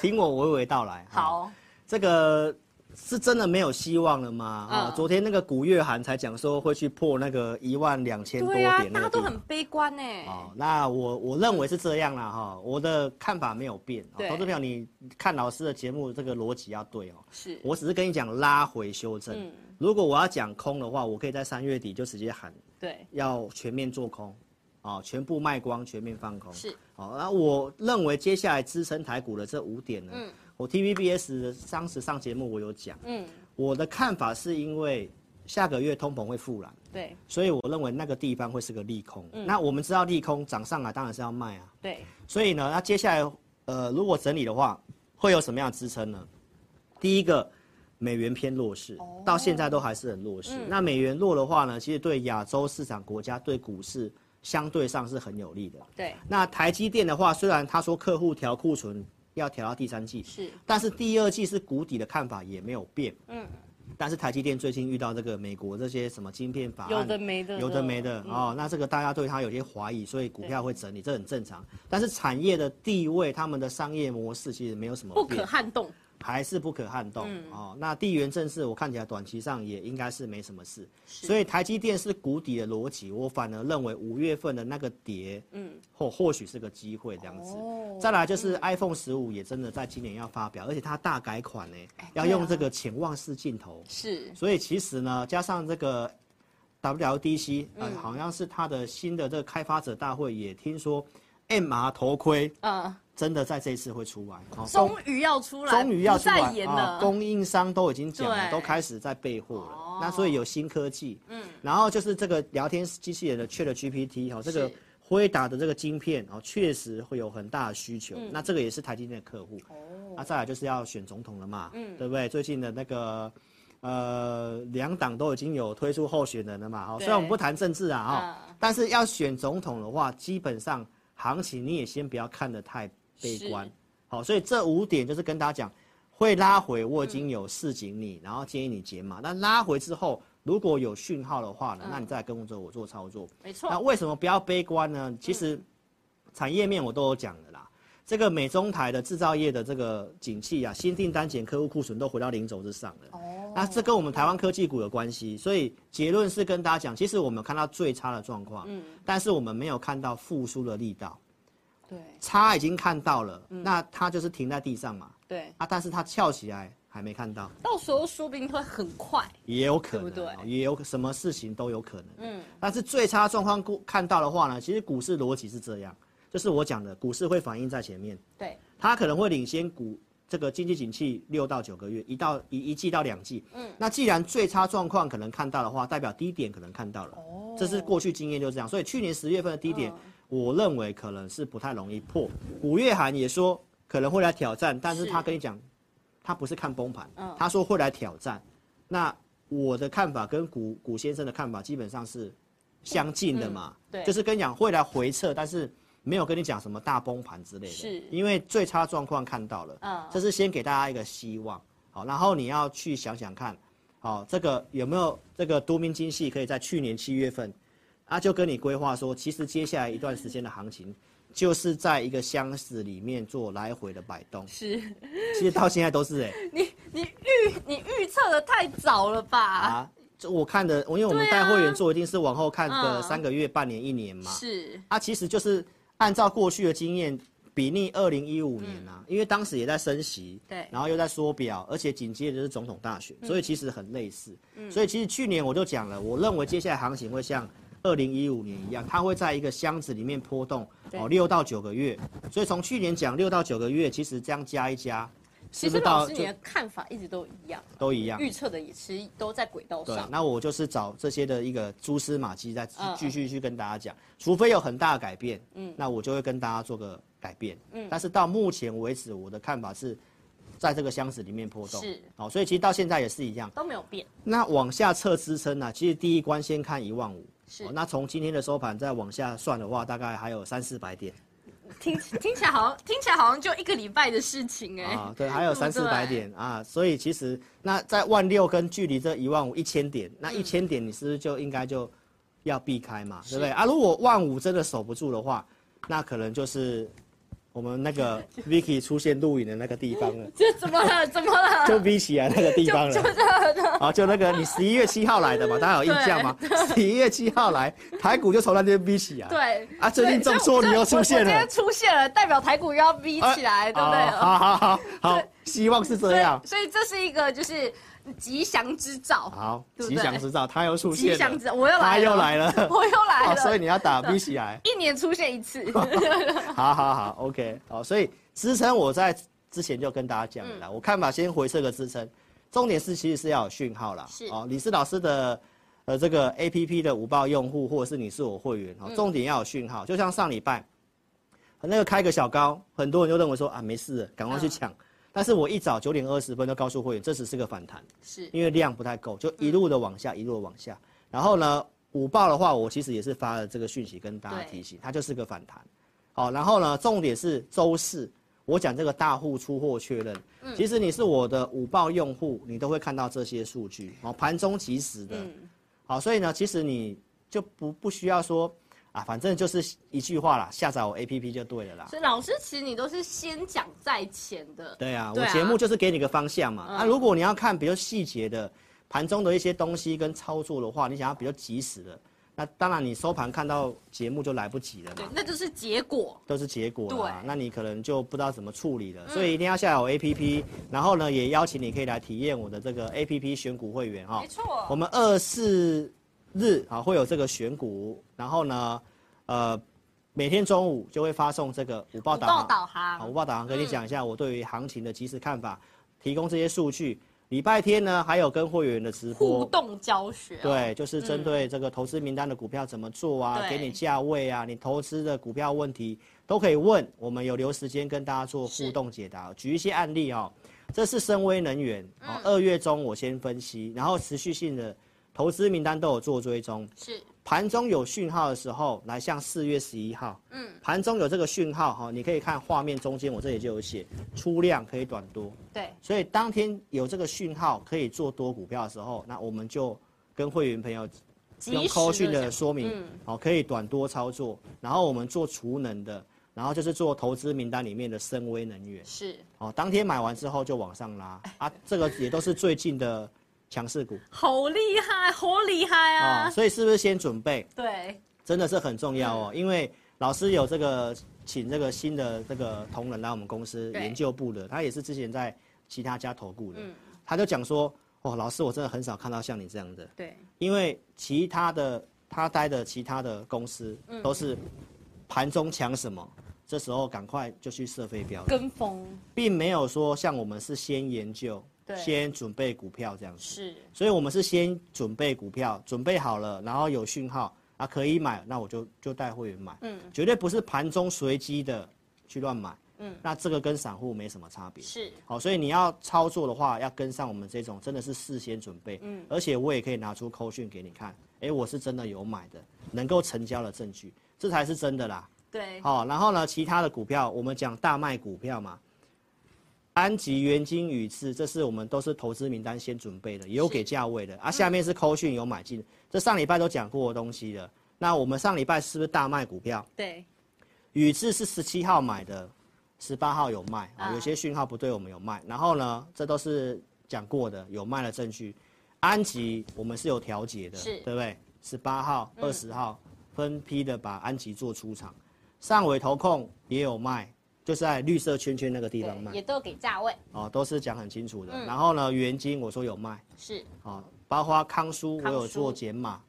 B: 听我娓娓道来。啊
A: 好，
B: 这个是真的没有希望了吗？啊、
A: 嗯
B: 昨天那个古月涵才讲说会去破那个一万两千多
A: 对
B: 点
A: 啊
B: 那个地，
A: 大
B: 方
A: 家都很悲观呢、
B: 哦，那我我认为是这样啦哈，我的看法没有变。哦
A: 对
B: 投资票，你看老师的节目，这个逻辑要对哦。
A: 是，
B: 我只是跟你讲拉回修正。
A: 嗯
B: 如果我要讲空的话，我可以在三月底就直接喊
A: 对，
B: 要全面做空，哦，全部卖光，全面放空。
A: 是，
B: 哦，那我认为接下来支撑台股的这五点呢，我 TVBS 的当时上节目我有讲，
A: 嗯，
B: 我的看法是因为下个月通膨会复燃。
A: 对
B: 所以我认为那个地方会是个利空。
A: 嗯
B: 那我们知道利空涨上来当然是要卖啊，
A: 对，
B: 所以呢，那接下来呃如果整理的话，会有什么样的支撑呢？第一个，美元偏弱势，
A: 哦
B: 到现在都还是很弱势。
A: 嗯
B: 那美元弱的话呢，其实对亚洲市场国家对股市相对上是很有利的。
A: 对，
B: 那台积电的话，虽然他说客户调库存要调到第三季，
A: 是
B: 但是第二季是谷底的看法也没有变。嗯。但是台积电最近遇到这个美国这些什么晶片法案，啊
A: 有的没的，
B: 有的没的
A: 嗯
B: 哦，那这个大家对它有些怀疑，所以股票会整理，这很正常。但是产业的地位，他们的商业模式其实没有什么
A: 不可嗯
B: 变，
A: 撼动。
B: 还是不可撼动、哦。那地缘政治，我看起来短期上也应该是没什么事，所以台积电是谷底的逻辑，我反而认为五月份的那个跌，嗯，或或许是个机会这样子。
A: 哦
B: 再来就是 iPhone 十五也真的在今年要发表，而且它大改款呢、
A: 对啊
B: 要用这个潜望式镜头。
A: 是
B: 所以其实呢，加上这个 WDC，呃，好像是它的新的这个开发者大会也听说，MR 头盔
A: 呃，
B: 真的在这一次会出来，哦
A: 终于要出来，
B: 终于要
A: 不
B: 出来
A: 再延
B: 啊
A: 了。
B: 供应商都已经讲了，
A: 对哦
B: 都开始在备货了。那所以有新科技，嗯，然后就是这个聊天机器人的 Chat GPT 哦，这个
A: 是
B: 辉达的这个晶片哦，确实会有很大的需求。
A: 嗯
B: 那这个也是台积电的客户。
A: 哦
B: 那再来就是要选总统了嘛，嗯，对不对？最近的那个。呃，两党都已经有推出候选人了嘛，哦，
A: 对
B: 虽然我们不谈政治啊，哈、
A: 啊
B: 但是要选总统的话，基本上行情你也先不要看得太悲观
A: 是，
B: 好，所以这五点就是跟大家讲，会拉回，我已经有示警你，然后建议你解码。那拉回之后，如果有讯号的话呢，那你再来跟我做我做操作。
A: 没
B: 那
A: 错，嗯
B: 为什么不要悲观呢？其实产业面我都有讲的啦。这个美中台的制造业的这个景气啊，新订单减客户库存都回到零轴之上了。哦，那这跟我们台湾科技股有关系，所以结论是跟大家讲，其实我们看到最差的状况，嗯，但是我们没有看到复苏的力道，
A: 对嗯
B: 差已经看到了，那它就是停在地上嘛，
A: 对，
B: 啊，但是它翘起来还没看到，
A: 到时候说不定会很快。
B: 也有可能，哦
A: 对不对
B: 也有什么事情都有可能。嗯，但是最差状况过看到的话呢，其实股市逻辑是这样，就是我讲的，股市会反映在前面，
A: 对，
B: 它可能会领先股这个经济景气六到九个月，一到一一季到两季。嗯，那既然最差状况可能看到的话，代表低点可能看到了。哦，这是过去经验就是这样，所以去年十月份的低点，我认为可能是不太容易破。五月涵也说可能会来挑战，但是
A: 是
B: 他跟你讲，他不是看崩盘，他说会来挑战。那我的看法跟古古先生的看法基本上是相近的嘛，
A: 嗯对
B: 就是跟你讲会来回撤，但是没有跟你讲什么大崩盘之类的，
A: 是
B: 因为最差状况看到了，
A: 嗯
B: 这是先给大家一个希望，好，然后你要去想想看，好，这个有没有这个多明金系可以在去年七月份，啊，就跟你规划说，其实接下来一段时间的行情。就是在一个箱子里面做来回的摆
A: [laughs]
B: 动，
A: 是
B: 其实到现在都是哎、
A: 你预你预测的太早了吧？
B: 啊，这我看的，因为我们
A: 对
B: 带
A: 啊
B: 会员做一定是往后看个
A: 嗯
B: 三个月、半年、一年嘛。
A: 是
B: 啊，其实就是按照过去的经验比拟二零一五年啊，因为当时也在升息，
A: 嗯对嗯
B: 然后又在缩表，而且紧接着就是总统大选，所以其实很类似。所以其实去年我就讲了，我认为接下来行情会像。二零一五年一样，它会在一个箱子里面波动哦，六到九个月。所以从去年讲六到九个月，其实这样加一加，
A: 其
B: 是不
A: 实
B: 是
A: 老
B: 到
A: 师
B: 就
A: 你的看法一直都一样，
B: 都一样？
A: 预测的也其实都在轨道
B: 对啊
A: 上，。
B: 那我就是找这些的一个蛛丝马迹，再继
A: 嗯
B: 继续去跟大家讲，除非有很大的改变，嗯，那我就会跟大家做个改变，嗯，但是到目前为止，我的看法是，在这个箱子里面波动，
A: 是，
B: 哦，所以其实到现在也是一样。
A: 都没有变，
B: 那往下测支撑呢、其实第一关先看一万五，
A: 是
B: 哦那从今天的收盘再往下算的话，大概还有三四百点
A: 听听起来好像听起来好像就一个礼拜的事情哎、 [laughs]
B: 啊，对，还有
A: 对不
B: 三四百
A: 对
B: 点啊，所以其实那在万六跟距离这一万五一千点，那
A: 嗯
B: 一千点你是不是就应该就要避开嘛，对不对啊？如果万五真的守不住的话，那可能就是我们
A: [laughs]
B: 那个 Vicky 出现录影的那个地方了，
A: 这怎么了？怎么了？
B: 就 V 起来那个地方了。啊，就那个你十一月七号来的嘛，大家有印
A: [laughs]
B: 象吗？十一月七号来，台股就从那边 V 起来。
A: 对
B: 啊最近
A: 对
B: 重挫
A: 所以
B: 你又
A: 我
B: 出现了
A: 我今天出现了，代表台股又要逼
B: 啊，
A: 起来，对不对？
B: 啊好好好好，希望是这样。
A: 所以这是一个就是吉祥之兆。
B: 好，
A: 对不
B: 吉
A: 对
B: 祥之兆，他又出现
A: 吉
B: 了。
A: 祥之兆，我 [laughs] 又来了，
B: 啊他又来了，
A: 我又来
B: 哦
A: 了，
B: 所以你啊要打 V 起来，
A: 一年出现一次。
B: 好好好，OK，好，所以支撑我在之前就跟大家讲了
A: 嗯
B: 啦，我看法先回撤个支撑，重点是其实是要有讯号啦，
A: 是
B: 哦，李斯老师的。呃，这个 A P P 的五报用户，或者是你是我会员，
A: 嗯
B: 哦，重点要有讯号。就像上礼拜，那个开个小高，很多人就认为说啊，没事了，赶快去抢。但是我一早九点二十分就告诉会员，这只是个反弹，
A: [laughs] 是
B: 因为量不太够，就
A: 嗯
B: 一路的往下，一路的往下。然后呢，午报的话，我其实也是发了这个讯息跟大家
A: 对
B: 提醒，它就是个反弹。好，然后呢，重点是周四，我讲这个大户出货确认，
A: 嗯
B: 其实你是我的午报用户，你都会看到这些数据，哦，盘中即时的。
A: 嗯
B: 好，所以呢，其实你就不不需要说啊，反正就是一句话啦，下载我 APP 就对了啦。
A: 所以老师其实你都是先讲在前的，
B: 对啊，
A: 对
B: 我
A: 啊嗯
B: 节目就是给你个方向嘛。那、啊如果你要看比较细节的盘中的一些东西跟操作的话，你想要比较及时的，那当然你收盘看到节目就来不及了
A: 对
B: 嘛，，
A: 那就是结果。
B: 都是结果啦
A: 对。嗯
B: 那你可能就不知道怎么处理了，所以一定要下载我 APP，然后呢，也邀请你可以来体验我的这个 APP 选股会员哈。我
A: 错，
B: 们二四日啊会有这个选股，然后呢，呃，每天中午就会发送这个午
A: 报
B: 报导航。
A: 导
B: 好，
A: 航，
B: 午报导航啊跟你讲一下我对于行情的即时看法，提供这些数据。礼拜天呢，还有跟会员的直
A: 互
B: 播。
A: 动啊教学，，
B: 对，就是针对这个投资名单的股票怎么做啊，
A: 对
B: 给你价位啊，你投资的股票问题都可以问，我们有留时间跟大家做互动解答。举一些案例哦，这是深威能源
A: 嗯
B: 哦，二、月中我先分析，然后持续性的投资名单都有做追踪，
A: 是
B: 盘中有讯号的时候，来像四月十一号，嗯，盘中有这个讯号哈，你可以看画面中间，我这里就有写出量可以短多，
A: 对，
B: 所以当天有这个讯号可以做多股票的时候，那我们就跟会员朋友用
A: 及
B: 扣
A: 时嗯
B: 讯
A: 的
B: 的
A: 讲
B: 说明，好、可以短多操作，然后我们做储能的，然后就是做投资名单里面的深威能源，
A: 是
B: 哦，当天买完之后就往上拉啊，这个也都是最近的强势股
A: 好厉害，好厉害
B: 啊、
A: 啊！
B: 所以是不是先准备？
A: 对，
B: 真的是很重要
A: 嗯
B: 哦，因为老师有这个请这个新的这个同仁来我们公司
A: 对嗯
B: 研究部的，他也是之前在其他家投顾的，他就讲说，哦，老师我真的很少看到像你这样的，
A: 对，
B: 因为其他的他待的其他的公司都是盘中抢什么，这时候赶快就去射飞镖了，
A: 跟风
B: 并没有说像我们是先研究，
A: 对
B: 先准备股票这样子。
A: 是
B: 所以我们是先准备股票，准备好了，然后有讯号啊可以买，那我就就带会员买，嗯，绝对不是盘中随机的去乱买，嗯，那这个跟散户没什么差别，
A: 是，
B: 好，所以你要操作的话，要跟上我们这种真的是事先准备，嗯，而且我也可以拿出扣讯给你看，哎，我是真的有买的，能够成交的证据，这才是真的啦，
A: 对，
B: 好、然后呢，其他的股票我们讲大卖股票嘛，安吉、元金、宇智，这是我们都是投资名单先准备的，也有
A: 是
B: 给价位的啊。下面是扣讯有买进，这上礼拜都讲过的东西了。那我们上礼拜是不是大卖股票？
A: 对，
B: 宇智是十七号买的，十八号有卖啊、
A: 啊
B: 有些讯号不对，我们有卖。然后呢，这都是讲过的，有卖的证据。安吉我们是有调节的，
A: 是嗯
B: 对不对？十八号、二十号、分批的把安吉做出场，上尾投控也有卖，就是在绿色圈圈那个地方
A: 对，
B: 卖
A: 也，嗯都有给价位，
B: 哦，都是讲很清楚的。然后呢，原金我说有卖，
A: 是
B: 哦，包括康舒我
A: 康
B: 有做
A: 舒
B: 减码，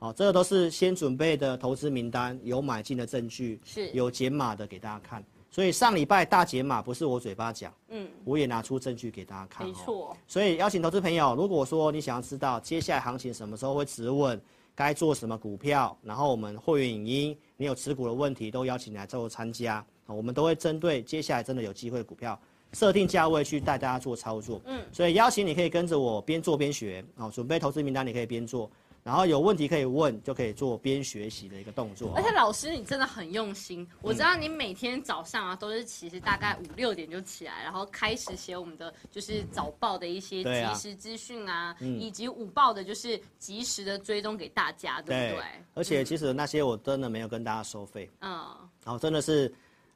B: 哦，这个都是先准备的投资名单，有买进的证据，
A: 是
B: 有减码的给大家看。所以上礼拜大减码不是我嘴巴讲，嗯，我也拿出证据给大家看、哦。
A: 没错，
B: 所以邀请投资朋友，如果说你想要知道接下来行情什么时候会止稳，该做什么股票，然后我们会员影音，你有持股的问题都邀请你来做参加，啊我们都会针对接下来真的有机会的股票。设定价位去带大家做操作，嗯，所以邀请你可以跟着我边做边学，哦，准备投资名单你可以边做，然后有问题可以问，就可以做边学习的一个动作。
A: 而且老师，你真的很用心。我知道你每天早上啊，都是其实大概五六点就起来，然后开始写我们的就是早报的一些
B: 对啊嗯
A: 即时资讯啊，以及午报的就是及时的追踪给大家，对嗯不对？
B: 而且其实那些我真的没有跟大家收费，
A: 嗯，
B: 然后真的是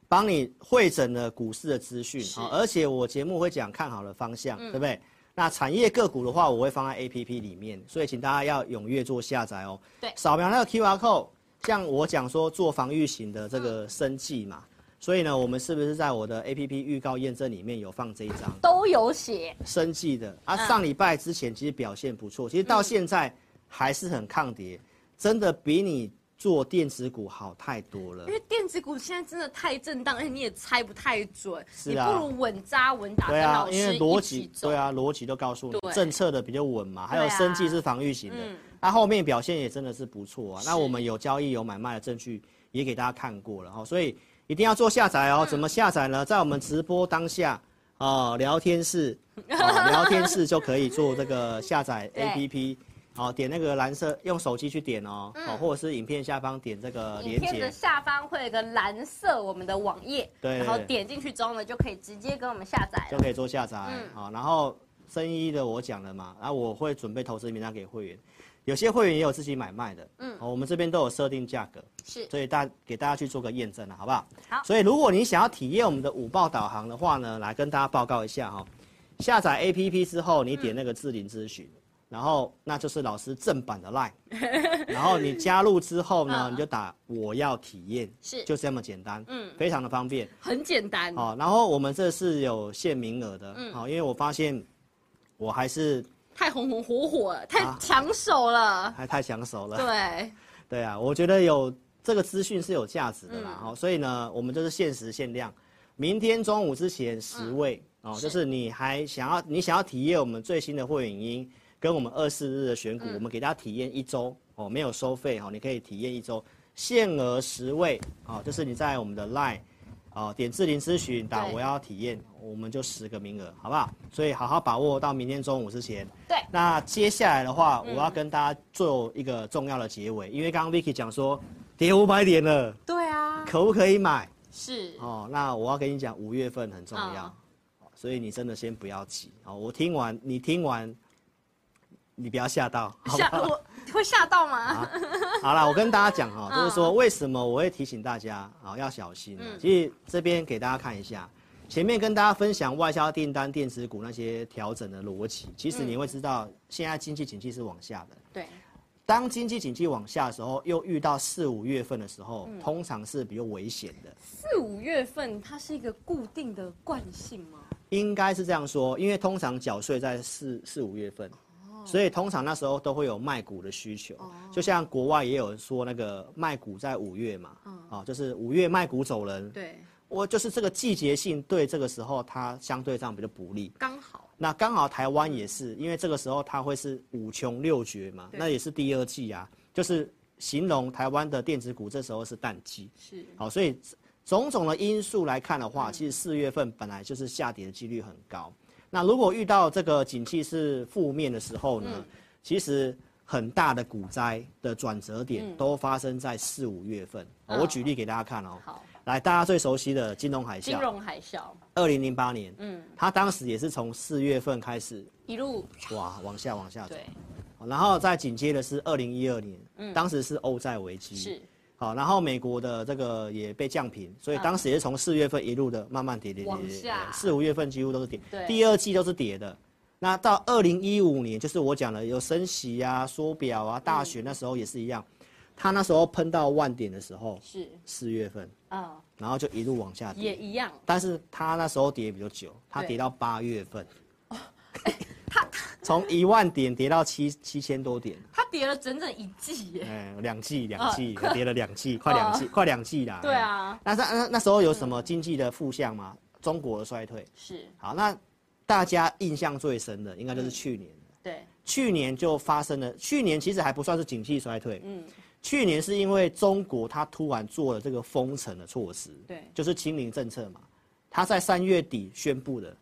B: 帮你会诊了股市的资讯
A: 是嗯
B: 啊，而且我节目会讲看好的方向，对不对？那产业个股的话，我会放在 A P P 里面，所以请大家要踊跃做下载哦。
A: 对
B: 扫描那个 Q R code，像我讲说做防御型的这
A: 嗯
B: 个生计嘛，所以呢，我们是不是在我的 A P P 预告验证里面有放这一张？
A: 都有写，
B: 生计的啊，
A: 嗯
B: 上礼拜之前其实表现不错，其实到现在还是很抗跌，真的比你做电子股好太多了
A: 因。为电子股现在真的太震荡，而且你也猜不太准，
B: 是
A: 你
B: 啊
A: 不如稳扎稳打，
B: 对
A: 跟
B: 啊
A: 老，师
B: 因为逻
A: 一起
B: 辑
A: 走
B: 对啊，逻辑都告诉你，
A: 对
B: 政策的比较稳嘛，还有
A: 对啊嗯
B: 生计是防御型的，那、后面表现也真的是不错啊。那我们有交易有买卖的证据也
A: 嗯
B: 给大家看过了哦，所以一定要做下载哦。怎么下载呢？在我们直播当下，哦，聊
A: [laughs]
B: 天室，哦，聊天室就可以做这个下载
C: 对
B: APP，哦，点那个蓝色，用手机去点哦，哦，或者是影片下方点这个
A: 嗯影
B: 连
A: 片的
B: 接，
A: 下方会有一个蓝色我们的网页，
B: 对
A: 然后
B: 对
A: 点进去之后呢，就可以直接给我们下载
B: 就
A: 了。嗯
B: 可以做下载，哦，然后生意的我讲了嘛，然后我会准备投资名单给会员，有些会员也有自己买卖的，嗯，哦，我们这边都有设定价格，
A: 是
B: 所以大给大家去做个验证了，好不好？
A: 好
B: 所以如果你想要体验我们的五报导航的话呢，来跟大家报告一下哈、下载 APP 之后，你点那个智林咨询，
A: 嗯
B: 然后那就是老师正版的
A: [laughs]
B: Line，然后你加入之后呢，
A: 嗯
B: 你就打我要体验，
A: 是
B: 就这么简单，
A: 嗯
B: 非常的方便。
A: 很简单。
B: 好、然后我们这是有限名额的，好、因为我发现我还是 [laughs]
A: 太红红火火了，太
B: 啊
A: 抢手了。
B: 还太抢手了。
A: 对，
B: 对啊，我觉得有这个资讯是有价值的啦。好、所以呢，我们就是限时限量，明天中午之前十位、
A: 嗯
B: 哦，就是你还想要你想要体验我们最新的会影音跟我们二四日的选
A: 嗯
B: 股，我们给大家体验一周哦，没有收费哦，你可以体验一周，限额十位哦，就是你在我们的 Line。哦，点智林咨询打
A: 对
B: 我要体验，我们就十个名额，好不好？所以好好把握到明天中午之前。
A: 对嗯
B: 那接下来的话，我要跟大家做一个重要的结尾，因为刚刚 Vicky 讲说跌五百点了，
A: 对啊，
B: 可不可以买？
A: 是，
B: 哦，那我要跟你讲，五月份很重要，
A: 嗯
B: 哦所以你真的先不要急。哦，我听完你听完，你不要吓到，好不
A: 吓
B: 好？
A: 我会吓到吗？
B: 好啦，我跟大家讲
A: [laughs]
B: 哈、
A: 嗯
B: 就是说为什么我会提醒大家啊、要小心、啊。其实这边给大家看一下，前面跟大家分享外销订单、电子股那些调整的逻辑，其实你
A: 嗯
B: 会知道现在经济景气是往下的。
A: 对，
B: 当经济景气往下的时候，又遇到四五月份的时候，
A: 嗯
B: 通常是比较危险的。
A: 四五月份它是一个固定的惯性吗？
B: 应该是这样说，因为通常缴税在四四五月份，
A: 哦
B: 所以通常那时候都会有卖股的需求。就像国外也有人说那个卖股在五月嘛，哦，就是五月卖股走人。
A: 嗯对，
B: 我就是这个季节性对这个时候它相对上比较不利。
A: 刚好，
B: 那刚好台湾也是，因为这个时候它会是五穷六绝嘛，
A: 对
B: 那也是第二季啊，就是形容台湾的电子股这时候是淡季。
A: 是
B: 好，所以种种的因素来看的话，其实四月份本来就是下跌的几率很高。那如果遇到这个景气是负面的时候
A: 嗯
B: 呢，其实很大的股灾的转折
A: 嗯
B: 点都发生在四五月份。好我举例给大家看哦，
A: 好，
B: 来，大家最熟悉的金融海
A: 金
B: 啸，
A: 融海啸
B: 二零零八年，
A: 嗯
B: 嗯，它当时也是从四月份开始，
A: 一路，
B: 哇，往下往下走，
A: 对，嗯
B: 然后再紧接的是二零一二年，当时是欧债危机，
A: 是，
B: 好，然后美国的这个也被降平，所以当时也是从四月份一路的慢慢跌跌跌
A: 嗯往
B: 跌跌
A: 下，
B: 四五月份几乎都是跌
A: 对，
B: 第二季都是跌的。那到二零一五年，就是我讲的有升息啊、缩表啊，大
A: 嗯
B: 选那时候也是一样，它那时候喷到万点的时候，
A: 是，
B: 四月份，
A: 啊，
B: 然后就一路往下跌，
A: 也一样，
B: 但是它那时候跌比较久，它
A: 对哦哎
B: 跌到八月份， [laughs] 从一万点跌到七七千多点，
A: 它跌了整整一季耶，
B: 嗯，两季两季跌了两
A: [laughs]
B: 季，快两季快两季
A: 哦
B: 啦。
A: 对啊，
B: 哎，那那那那时候有什么经济的负向吗？中国的衰退。
A: 是，
B: 好，那大家印象最深的应该就是去年了。
A: 对，
B: 去年就发生了，去年其实还不算是景气衰退，
A: 嗯，
B: 去年是因为中国它突然做了这个封城的措施，
A: 对
B: 就是清零政策嘛，它在三月底宣布的，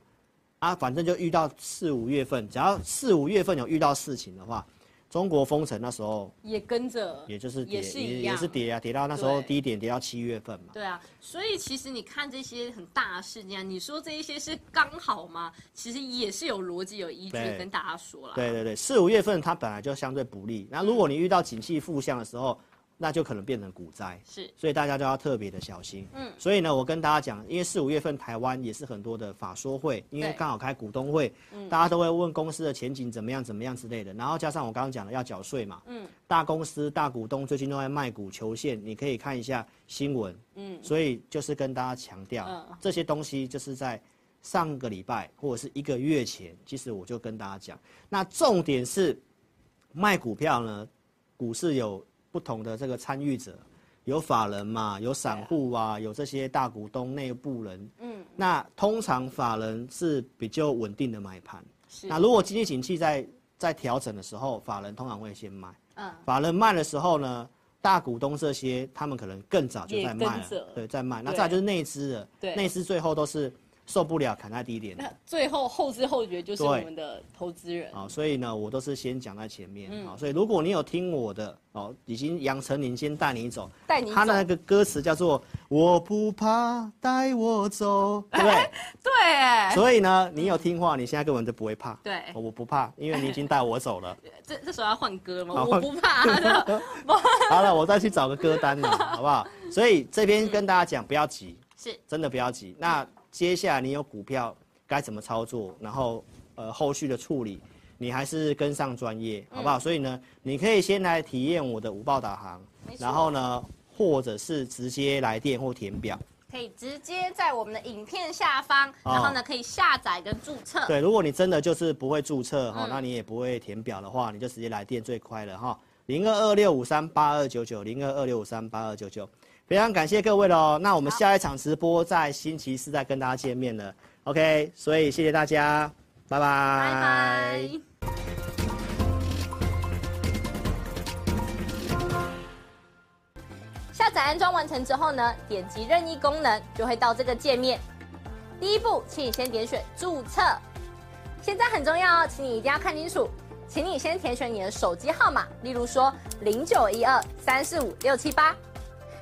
B: 啊，反正就遇到四五月份，只要四五月份有遇到事情的话，中国封城那时候
A: 也跟着，
B: 也就是跌，
A: 也是
B: 也
A: 一样，
B: 也是跌啊，跌到那时候
A: 对
B: 低点跌到七月份嘛，
A: 对啊，所以其实你看这些很大的事件啊，你说这一些是刚好吗？其实也是有逻辑、有依据
B: 对
A: 跟大家说啦。
B: 对对对，四五月份它本来就相对不利，那如果你遇到景气负向的时候，那就可能变成股灾，
A: 是
B: 所以大家就要特别的小心。
A: 嗯
B: 嗯，所以呢，我跟大家讲，因为四五月份台湾也是很多的法说会，因为
A: 对
B: 刚好开股东会，大家都会问公司的前景怎么样怎么样之类的。然后加上我刚刚讲的要缴税嘛，嗯，大公司大股东最近都在卖股求现，你可以看一下新闻，嗯，所以就是跟大家强调、
A: 嗯
B: 这些东西就是在。上个礼拜或者是一个月前，其实我就跟大家讲，那重点是卖股票呢，股市有不同的这个参与者，有法人嘛，有散户啊，有这些大股东、内部人。嗯，那通常法人是比较稳定的买盘。
A: 是
B: 那如果经济景气在在调整的时候，法人通常会先卖。
A: 嗯，
B: 法人卖的时候呢，大股东这些他们可能更早就在卖
A: 也跟着
B: 了，对，在卖。那再来就是内资了，
A: 对嗯
B: 内资最后都是受不了砍在低点的
A: 那最后后知后觉就是
B: 对
A: 我们的投资人，
B: 啊、所以呢，我都是先讲在前面啊、
A: 嗯
B: 所以如果你有听我的哦，已经杨丞琳先带你走，
A: 带你走
B: 他。的那个歌词叫做“我不怕，带
A: [laughs]
B: 我走”，对不对？
A: 对哎，
B: 所以呢，你有听话，你现在根本就不会怕。
A: 对
B: 哦我不怕，因为你已经带
A: [laughs]
B: 我走了。
A: 这这时候要换歌吗？
B: 好
A: 我不
B: [laughs]
A: 怕的，
B: 好了，我再去找个歌单
A: [laughs]
B: 了，好不好？所以这边跟大家讲，不要急，
A: 是
B: 真的不要急。那接下来你有股票该怎么操作，然后呃后续的处理，你还是跟上专业，
A: 嗯
B: 好不好？所以呢，你可以先来体验我的五报导航
A: 没，错
B: 然后呢，或者是直接来电或填表。
A: 可以直接在我们的影片下方，
B: 哦
A: 然后呢可以下载跟注册。
B: 对，如果你真的就是不会注册哈、
A: 嗯
B: 那你也不会填表的话，你就直接来电最快了哈。零二二六五三八二九九，零二二六五三八二九九，非常感谢各位喽。那我们下一场直播在星期四再跟大家见面了。OK，所以谢谢大家，拜
A: 拜拜。下载安装完成之后呢，点击任意功能就会到这个界面。第一步，请你先点选注册。现在很重要哦，请你一定要看清楚，请你先填选你的手机号码，例如说零九一二三四五六七八，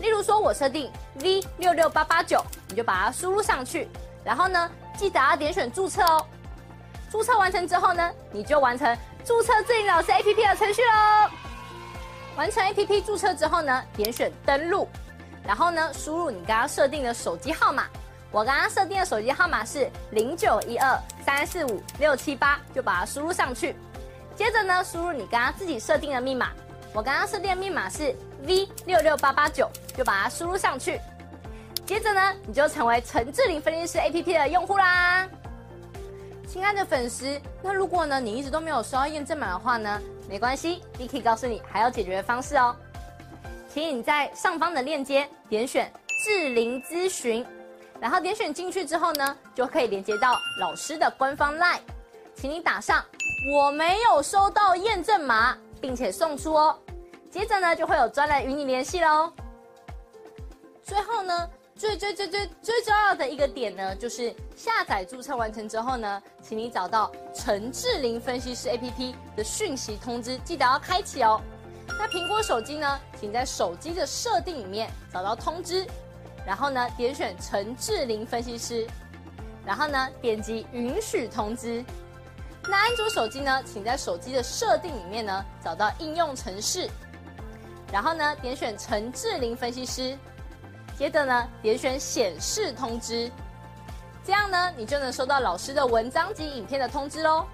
A: 例如说我设定 V 六六八八九，你就把它输入上去，然后呢，记得要点选注册哦。注册完成之后呢，你就完成注册自营老师 APP 的程序喽。完成 APP 注册之后呢，点选登录，然后呢，输入你刚刚设定的手机号码。我刚刚设定的手机号码是零九一二三四五六七八，就把它输入上去。接着呢，输入你刚刚自己设定的密码。我刚刚设定的密码是 V 六六八八九，就把它输入上去。接着呢，你就成为陈志玲分析师 APP 的用户啦。亲爱的粉丝，那如果呢你一直都没有收到验证码的话呢，没关系，Vicky 告诉你还有解决方式哦。请你在上方的链接点选智灵咨询，然后点选进去之后呢，就可以连接到老师的官方 LINE，请你打上我没有收到验证码，并且送出哦。接着呢，就会有专人与你联系喽。最后呢，最最最最最重要的一个点呢，就是下载注册完成之后呢，请你找到陈志玲分析师 APP 的讯息通知，记得要开启哦。那苹果手机呢，请在手机的设定里面找到通知，然后呢点选陈志玲分析师，然后呢点击允许通知。那安卓手机呢，请在手机的设定里面呢找到应用程式，然后呢点选陈志玲分析师，接着呢，点选显示通知，这样呢，你就能收到老师的文章及影片的通知喽。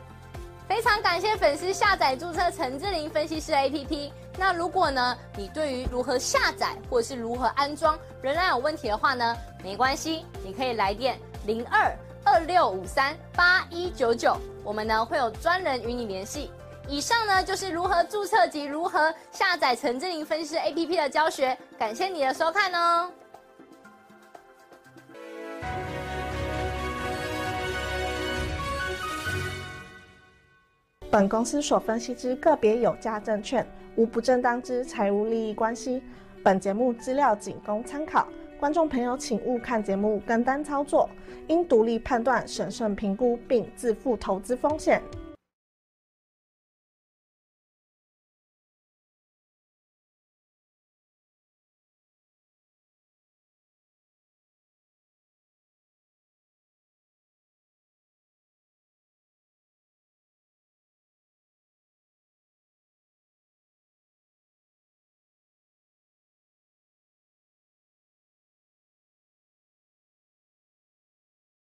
A: 非常感谢粉丝下载注册陈志玲分析师 APP。那如果呢，你对于如何下载或者是如何安装仍然有问题的话呢，没关系，你可以来电零二二六五三八一九九，我们呢会有专人与你联系。以上呢就是如何注册及如何下载陈志玲分析师 APP 的教学，感谢你的收看哦。
D: 本公司所分析之个别有价证券，无不正当之财务利益关系。本节目资料仅供参考，观众朋友请勿看节目跟单操作，应独立判断、审慎评估并自负投资风险。